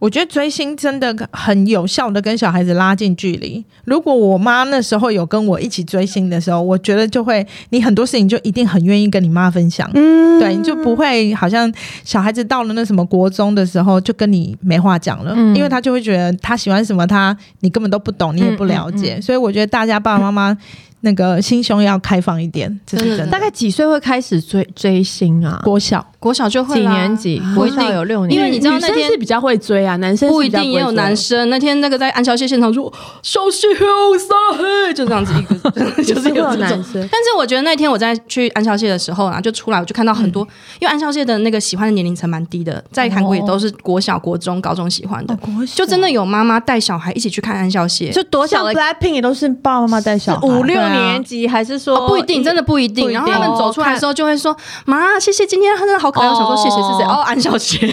Speaker 2: 我觉得追星真的很有效的跟小孩子拉近距离。如果我妈那时候有跟我一起追星的时候，我觉得就会，你很多事情就一定很愿意跟你妈分享，
Speaker 1: 嗯
Speaker 2: 对，你就不会好像小孩子到了那什么国中的时候就跟你没话讲了，
Speaker 4: 嗯
Speaker 2: 因为他就会觉得他喜欢什么他，你根本都不懂，你也不了解，
Speaker 4: 嗯
Speaker 2: 所以我觉得大家爸爸妈妈那个心胸要开放一点，这是
Speaker 3: 真的
Speaker 2: 真
Speaker 3: 真
Speaker 2: 的
Speaker 3: 的。
Speaker 4: 大概几岁会开始追追星啊？
Speaker 2: 国小
Speaker 3: 国小就会
Speaker 4: 几
Speaker 3: 啦
Speaker 4: 年级？
Speaker 3: 不
Speaker 4: 国
Speaker 3: 一定
Speaker 4: 小有六年，
Speaker 3: 因为你知道
Speaker 1: 女
Speaker 3: 那
Speaker 1: 生
Speaker 3: 天
Speaker 1: 是比较会追啊，男生是
Speaker 3: 不一
Speaker 1: 比较
Speaker 3: 定，也有
Speaker 1: 会追
Speaker 3: 男生。那天那个在安小谢现场说“小谢哦，撒嘿”，就这样子一个， 就是
Speaker 1: 也是会有
Speaker 3: 这种
Speaker 1: 男生。
Speaker 3: 但是我觉得那天我在去安孝燮的时候啊，就出来我就看到很
Speaker 2: 嗯
Speaker 3: 多，因为安孝燮的那个喜欢的年龄层蛮低的，在韩国也都是国小、国中、高中喜
Speaker 1: 哦
Speaker 2: 哦
Speaker 3: 欢的，就真的有妈妈带小孩一起去看安孝燮，
Speaker 4: 就多小
Speaker 1: 像
Speaker 4: 的
Speaker 1: Blackpink 也都是爸爸妈妈带小孩，
Speaker 4: 五
Speaker 2: 对
Speaker 4: 六
Speaker 2: 啊
Speaker 4: 年级，还是说
Speaker 3: 哦不一定，真的不一
Speaker 2: 不
Speaker 3: 定。
Speaker 2: 一定
Speaker 3: 然后他们走出来之后就会说：“妈，谢谢今天他真的好可爱。”我想说谢谢是谁？
Speaker 4: 哦
Speaker 3: 哦，安 孝燮。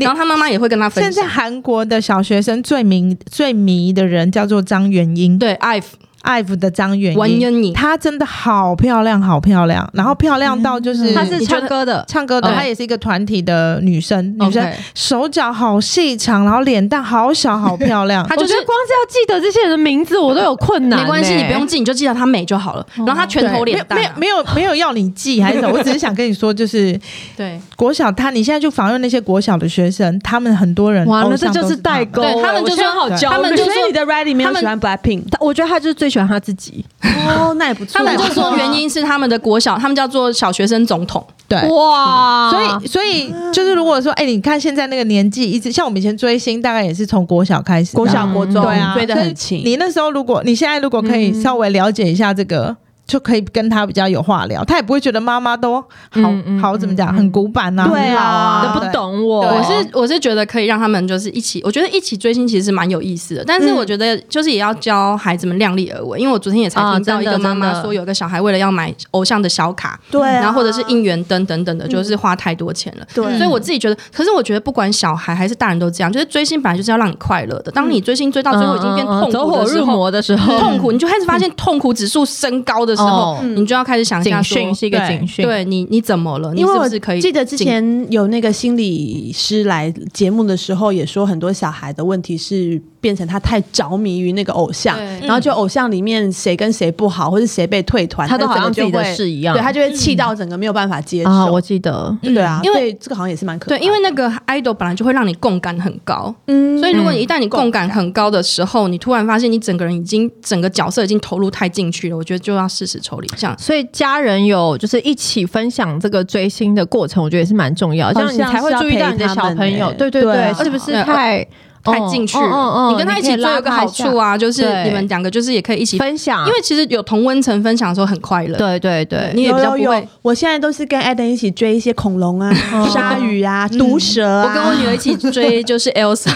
Speaker 3: 然后他妈妈也会跟他分
Speaker 2: 现在
Speaker 3: 享。
Speaker 2: 韩国的小学生最迷最迷的人叫做张元英，
Speaker 3: 对，I've
Speaker 2: 爱抚的张元
Speaker 3: 文
Speaker 2: 英，
Speaker 3: 恩你，
Speaker 2: 她真的好漂亮，好漂亮，然后漂亮到就是
Speaker 4: 她是哦唱歌的，
Speaker 2: 唱歌的，
Speaker 3: 嗯
Speaker 2: 她也是一个团体的女生，女生
Speaker 3: OK
Speaker 2: 手脚好细长，然后脸蛋好小，好漂亮。
Speaker 3: 她
Speaker 4: 我
Speaker 3: 就
Speaker 4: 觉
Speaker 3: 是
Speaker 4: 得光是要记得这些人的名字，我都有困难。
Speaker 3: 没关系，你不用。记，你就记得她美就好了。然后她拳头脸啊大
Speaker 2: 哦没有，没有没有没有要你记还是什么，我只是想跟你说，就是
Speaker 3: 对
Speaker 2: 国小他，你现在去访问那些国小的学生，他们很多人
Speaker 4: 完了，
Speaker 2: 偶
Speaker 4: 这
Speaker 2: 像
Speaker 4: 就
Speaker 2: 都
Speaker 4: 是
Speaker 2: 是
Speaker 4: 代沟
Speaker 3: 对
Speaker 4: 欸。
Speaker 3: 他们
Speaker 4: 我
Speaker 3: 就
Speaker 4: 现在
Speaker 3: 说
Speaker 4: 好焦虑，
Speaker 3: 他们就
Speaker 1: 所以你的 Ready 没有
Speaker 3: 他们
Speaker 1: 喜欢 Blackpink
Speaker 4: 他我觉得他就是最喜欢他自己。
Speaker 1: 哦，那也不错。
Speaker 3: 他们就 说原因是他们的国小，他们叫做小学生总统。
Speaker 2: 对，
Speaker 3: 啊
Speaker 4: 哇
Speaker 2: 所
Speaker 1: 啊
Speaker 2: 以，所以就是如果说，哎、你看现在那个年纪，一直像我们以前追星，大概也是从国小开始的，
Speaker 1: 国小、国中
Speaker 2: 对啊，
Speaker 1: 追得
Speaker 2: 所
Speaker 1: 很
Speaker 2: 以
Speaker 1: 勤，
Speaker 2: 你那时候如果你现在如果可以稍微了解一下这个。就可以跟他比较有话聊，他也不会觉得妈妈都好、
Speaker 4: 嗯嗯
Speaker 2: 好怎么讲，
Speaker 4: 嗯
Speaker 2: 很古板啊，
Speaker 1: 对啊
Speaker 2: 很老
Speaker 4: 你
Speaker 2: 啊，
Speaker 4: 都不
Speaker 2: 对。
Speaker 4: 懂我，
Speaker 3: 我是我是觉得可以让他们就是一起，我觉得一起追星其实蛮有意思的，但是
Speaker 4: 嗯
Speaker 3: 我觉得就是也要教孩子们量力而为，因为我昨天也才
Speaker 4: 啊
Speaker 3: 听到一
Speaker 4: 真的
Speaker 3: 个妈
Speaker 4: 真
Speaker 3: 妈
Speaker 4: 的
Speaker 3: 说，有一个小孩为了要买偶像的小卡，
Speaker 1: 对啊，
Speaker 3: 然后或者是应援灯等等的，
Speaker 4: 嗯
Speaker 3: 就是花太多钱了。
Speaker 1: 对，
Speaker 3: 所以我自己觉得，可是我觉得不管小孩还是大人都这样，就是追星本来就是要让你快乐的。当
Speaker 4: 嗯
Speaker 3: 你追星追到最后已经变痛
Speaker 4: 走
Speaker 3: 苦
Speaker 4: 火
Speaker 3: 的时
Speaker 4: 入
Speaker 3: 候，
Speaker 4: 魔的时候，
Speaker 3: 痛苦你就开始发现痛苦指数升高的时候
Speaker 4: 哦，
Speaker 3: 你就要开始想一下
Speaker 4: 警
Speaker 3: 说
Speaker 4: 讯是一个
Speaker 2: 对
Speaker 4: 警讯。
Speaker 3: 对你你怎么了？你
Speaker 1: 因为
Speaker 3: 是不
Speaker 1: 我
Speaker 3: 是可以
Speaker 1: 记得之
Speaker 3: 进
Speaker 1: 前有那个心理师来节目的时候，也说很多小孩的问题是变成他太着迷于那个偶像，
Speaker 3: 对嗯
Speaker 1: 然后就偶像里面谁跟谁不好，或是谁被退团，
Speaker 4: 他都好
Speaker 1: 整个
Speaker 4: 像自
Speaker 1: 就
Speaker 4: 己的
Speaker 1: 会
Speaker 4: 事一样
Speaker 1: 对他就会气
Speaker 3: 嗯
Speaker 1: 到整个没有办法接受。
Speaker 4: 啊，我记得，
Speaker 1: 对啊，
Speaker 3: 因为
Speaker 1: 所以这个好像也是蛮可
Speaker 3: 对，因为那个 idol 本来就会让你共感很高，嗯，所以如果你一旦你共感很高的时候，你突然发现你整个人已经整个角色已经投入太进去了，我觉得就要适时抽离。这样，
Speaker 4: 所以家人有就是一起分享这个追星的过程，我觉得也是蛮重要，这样你才会注意到你的小朋
Speaker 1: 好像是要陪
Speaker 4: 友，
Speaker 1: 他们欸
Speaker 4: 对对
Speaker 1: 对啊
Speaker 4: 是不是太
Speaker 3: 太进去了，
Speaker 4: 哦哦哦
Speaker 3: 你跟他一起
Speaker 4: 你可以
Speaker 3: 做
Speaker 4: 拉
Speaker 3: 有个
Speaker 4: 他
Speaker 3: 好
Speaker 4: 一下
Speaker 3: 处啊，就是
Speaker 4: 对
Speaker 3: 你们两个就是也可以一起，
Speaker 4: 分享？
Speaker 3: 因为其实有同温层分享的时候很快乐，
Speaker 4: 对对对，
Speaker 3: 你也比较不
Speaker 1: 有有
Speaker 3: 会哦
Speaker 1: 有。，我现在都是跟艾登一起追一些恐龙啊、鲨鱼啊、毒蛇啊。
Speaker 3: 嗯我跟 我女儿一起追，就是 Elsa，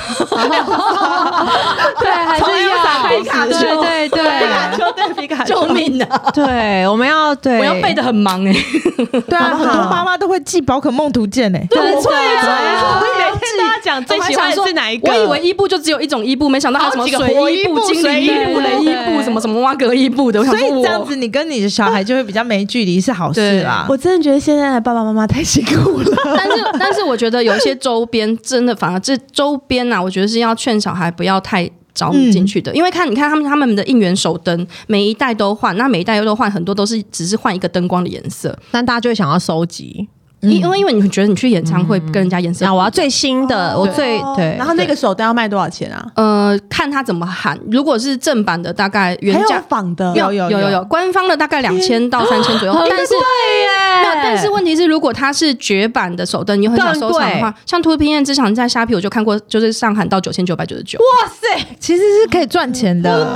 Speaker 4: 对，还是
Speaker 1: 皮卡丘，
Speaker 3: 对对
Speaker 1: 皮卡
Speaker 3: 对，
Speaker 1: 丘对皮卡丘，
Speaker 3: 救命啊！
Speaker 4: 对，我们要对，
Speaker 3: 我要背的很忙哎，
Speaker 2: 对啊，很多妈妈都会寄宝可梦图鉴欸诶、
Speaker 3: 对
Speaker 1: 对啊我
Speaker 3: 啊
Speaker 1: 每天都要讲最喜欢的是哪一个。
Speaker 3: 我还想说我以为伊布就只有一种伊布，没想到还有什么水伊布、精灵伊布、雷伊布、什么什么挖格伊布的。我想
Speaker 2: 所
Speaker 3: 说
Speaker 2: 以这样
Speaker 3: 我
Speaker 2: 子，你跟你的小孩就会比较没距离，是好事啊啦。
Speaker 1: 我真的觉得现在的爸爸妈妈太辛苦了。
Speaker 3: 但是 但是我觉得有些周边真的反而这周边呐、啊，我觉得是要劝小孩不要太。着迷进去的，因为看你看他们他们的应援手灯，每一代都换，那每一代都换，很多都是只是换一个灯光的颜色，
Speaker 4: 但大家就会想要收集，
Speaker 3: 因、因为因为你觉得你去演唱会嗯
Speaker 1: 嗯
Speaker 3: 跟人家颜色
Speaker 4: 然
Speaker 3: 不一
Speaker 4: 后我要
Speaker 3: 样
Speaker 4: 最新的，我最对，
Speaker 1: 哦然后那个手灯要卖多少钱啊？
Speaker 3: 呃看他怎么喊，如果是正版的大概原
Speaker 1: 还有
Speaker 3: 价
Speaker 1: 仿的，
Speaker 2: 有
Speaker 3: 有有有，官方的大概两千到三千左右，但是没有，但是问题是，如果它是绝版的手灯，你又很想收藏的
Speaker 4: 更
Speaker 3: 话，像图片之前在虾皮我就看过，就是上喊到九千九百九十九，
Speaker 2: 其实是可以赚钱的，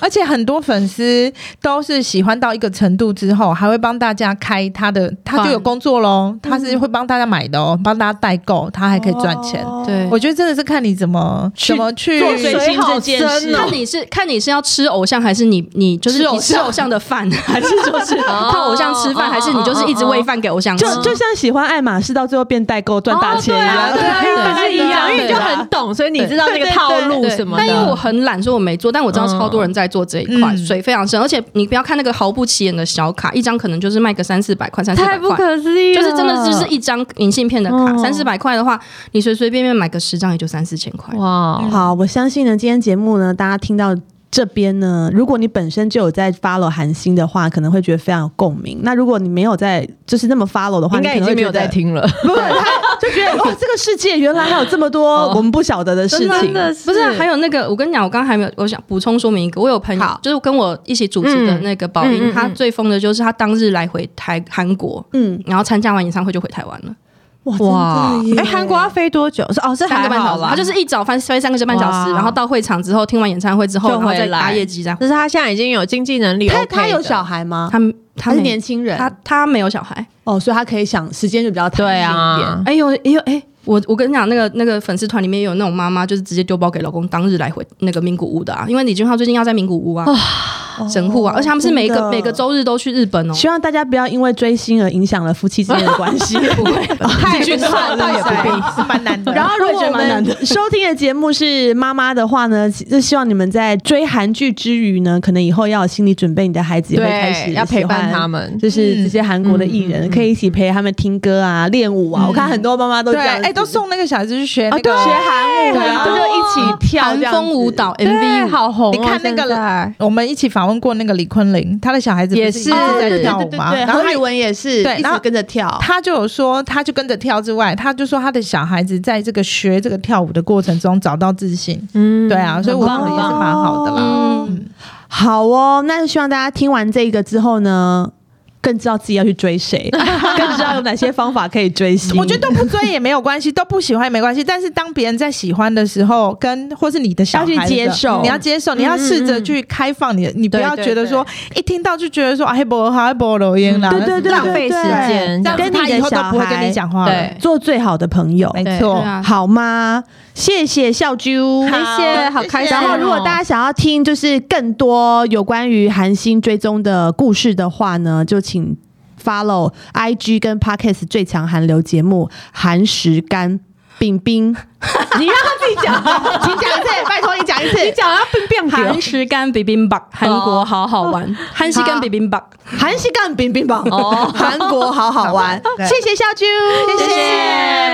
Speaker 2: 而且很多粉丝都是喜欢到一个程度之后，还会帮大家开他的，他就有工作喽，他是会帮大家买的哦，帮大家代购，他还可以赚钱。
Speaker 3: 对。
Speaker 2: 我觉得真的是看你怎么怎么去
Speaker 1: 哦做追星这件事
Speaker 3: 看你是看你是要吃偶像，还是你你就是你吃偶像的哦饭，还是 就是靠偶像吃饭，还是你就是一直喂饭给偶像吃？
Speaker 1: 就就像喜欢爱马仕到最后变代购赚大钱一样，
Speaker 4: 对啊，
Speaker 3: 哦对
Speaker 4: 因为你
Speaker 3: 对
Speaker 4: 讲因为你就
Speaker 3: 对啊
Speaker 4: 很懂，所以你知道那个套路什么的。
Speaker 3: 但因为我很懒，所以我没做。但我知道超多人在做这一块，
Speaker 2: 嗯
Speaker 3: 水非常深。而且你不要看那个毫不起眼的小卡，一张可能就是卖个三四百块，三四
Speaker 4: 太
Speaker 3: 百
Speaker 4: 不
Speaker 3: 块。
Speaker 4: 可思议
Speaker 3: 就
Speaker 4: 了，
Speaker 3: 是真的就是一张明信片的卡，
Speaker 4: 嗯
Speaker 3: 三四百块的话，你随随便便买个十张也就三四千块。
Speaker 4: 哇，
Speaker 1: 好，我相信呢，今天节目呢，大家听到。这边呢，如果你本身就有在 follow 韩星的话，可能会觉得非常有共鸣。那如果你没有在就是那么 follow 的话，
Speaker 4: 应该已经没有在
Speaker 1: 在，
Speaker 4: 听 了。
Speaker 1: 不是他就觉得哇，这个世界原来还有这么多我们不晓得的事情。
Speaker 3: 不是啊、还有那个，我跟你讲，我刚刚还没有，我想补充说明一个，我有朋友就是跟我一起主持的那个宝
Speaker 4: 嗯嗯
Speaker 3: 英，
Speaker 4: 嗯
Speaker 3: 他最疯的就是他当日来回台韩国，
Speaker 1: 嗯，
Speaker 3: 然后参加完演唱会就回台湾了，
Speaker 1: 哇， 哇，
Speaker 4: 哎，韩国要飞多久？是哦，是
Speaker 3: 三
Speaker 4: 还
Speaker 3: 个半
Speaker 4: 好
Speaker 3: 小时，
Speaker 4: 啦。
Speaker 3: 他就是一早翻飞三个半小时，
Speaker 4: 哇
Speaker 3: 然后到会场之后听完演唱会之后，
Speaker 4: 就
Speaker 3: 然后
Speaker 4: 回
Speaker 3: 再
Speaker 4: 来
Speaker 3: 搭夜机再回
Speaker 4: 就是他现在已经有经济能力 OK
Speaker 1: 他
Speaker 4: 的，
Speaker 1: 他有小孩
Speaker 4: 嗯
Speaker 1: 吗？
Speaker 3: 他
Speaker 1: 还
Speaker 3: 他
Speaker 1: 是
Speaker 3: 没
Speaker 1: 年轻人
Speaker 3: 他他没有小孩，
Speaker 1: 哦，所以他可以想时间就比较弹
Speaker 4: 对
Speaker 1: 性一点。
Speaker 4: 啊，
Speaker 3: 哎呦哎呦哎，我我跟你讲，那个那个粉丝团里面有那种妈妈，就是直接丢包给老公当日来回那个名古屋的啊，因为李俊浩最近要在名古屋啊，神户啊，而且他们是每一
Speaker 1: 哦真的
Speaker 3: 个每个周日都去日本哦。
Speaker 1: 希望大家不要因为追星而影响了夫妻之间的关系。
Speaker 3: 不会，
Speaker 2: 太
Speaker 1: 去算
Speaker 2: 倒也不必，是蛮难的。
Speaker 1: 然后，如果我
Speaker 2: 蛮难
Speaker 1: 们
Speaker 2: 的
Speaker 1: 收听的节目是妈妈的话呢，就希望你们在追韩剧之余呢，可能以后要有心理准备，你的孩子也会开始
Speaker 4: 对，要陪伴他
Speaker 1: 们。
Speaker 4: 们。
Speaker 1: 就是这些韩国的艺人，可以一起陪他们听歌啊、练舞啊。我看很多妈妈都
Speaker 2: 对，
Speaker 1: 这样子，啊哦
Speaker 2: 哎，都送那个小孩子去学那
Speaker 1: 对
Speaker 2: 个
Speaker 1: 学韩舞啊，
Speaker 2: 对
Speaker 1: 就一起跳
Speaker 3: 韩
Speaker 1: 这样子
Speaker 3: 风舞。蹈
Speaker 4: 对
Speaker 3: MV
Speaker 4: 好红哦，
Speaker 2: 你看那个
Speaker 4: 现在
Speaker 2: 我们一起访问过那个李坤林，他的小孩子不
Speaker 4: 也
Speaker 2: 是
Speaker 4: 是
Speaker 2: 一直在跳
Speaker 1: 对
Speaker 2: 舞
Speaker 1: 对
Speaker 2: 嘛，
Speaker 1: 对，
Speaker 2: 然
Speaker 1: 然
Speaker 2: 后
Speaker 1: 后
Speaker 2: 他
Speaker 1: 宇文也是，
Speaker 2: 对
Speaker 1: 一
Speaker 2: 然
Speaker 1: 直
Speaker 2: 后
Speaker 1: 跟着跳。
Speaker 2: 他就有说，他就跟着跳之外，他就说他的小孩子在这个学这个跳舞的过程中找到自信。
Speaker 4: 嗯
Speaker 2: 对啊，所以我觉得也是蛮好的啦。
Speaker 3: 嗯，
Speaker 1: 好哦，那希望大家听完这个之后呢，更知道自己要去追谁，更知道有哪些方法可以追星。
Speaker 2: 我觉得都不追也没有关系，都不喜欢也没关系。但是当别人在喜欢的时候，跟或是你的小孩的时
Speaker 1: 要去接受
Speaker 2: 候你要接受，你要试着去开放你的，你不要觉得说一听到就觉得说哎，不好，不留言啦，
Speaker 1: 对对对
Speaker 4: 浪费时间，
Speaker 2: 这样
Speaker 1: 跟
Speaker 2: 子
Speaker 1: 你的
Speaker 2: 他以后都不会
Speaker 1: 小孩
Speaker 2: 跟你讲话了
Speaker 4: 对。
Speaker 1: 做最好的朋友，
Speaker 2: 没
Speaker 3: 对
Speaker 2: 错，
Speaker 3: 啊，
Speaker 1: 好吗？谢谢笑啾，
Speaker 4: 谢谢，好开心哦。
Speaker 1: 然后，如果大家想要听就是更多有关于韩星追踪的故事的话呢，就请 follow IG 跟 Podcast 最强韩流节目韩食干饼饼。你让他自己讲，请讲一次，拜托你讲一次，你讲啊要哦变变
Speaker 3: 韩食干 bibimbap，韩国好好玩，韩食干 bibimbap，
Speaker 1: 韩式干饼饼吧，韩国好好玩
Speaker 2: 对，
Speaker 1: 谢谢笑啾，
Speaker 4: 谢谢，拜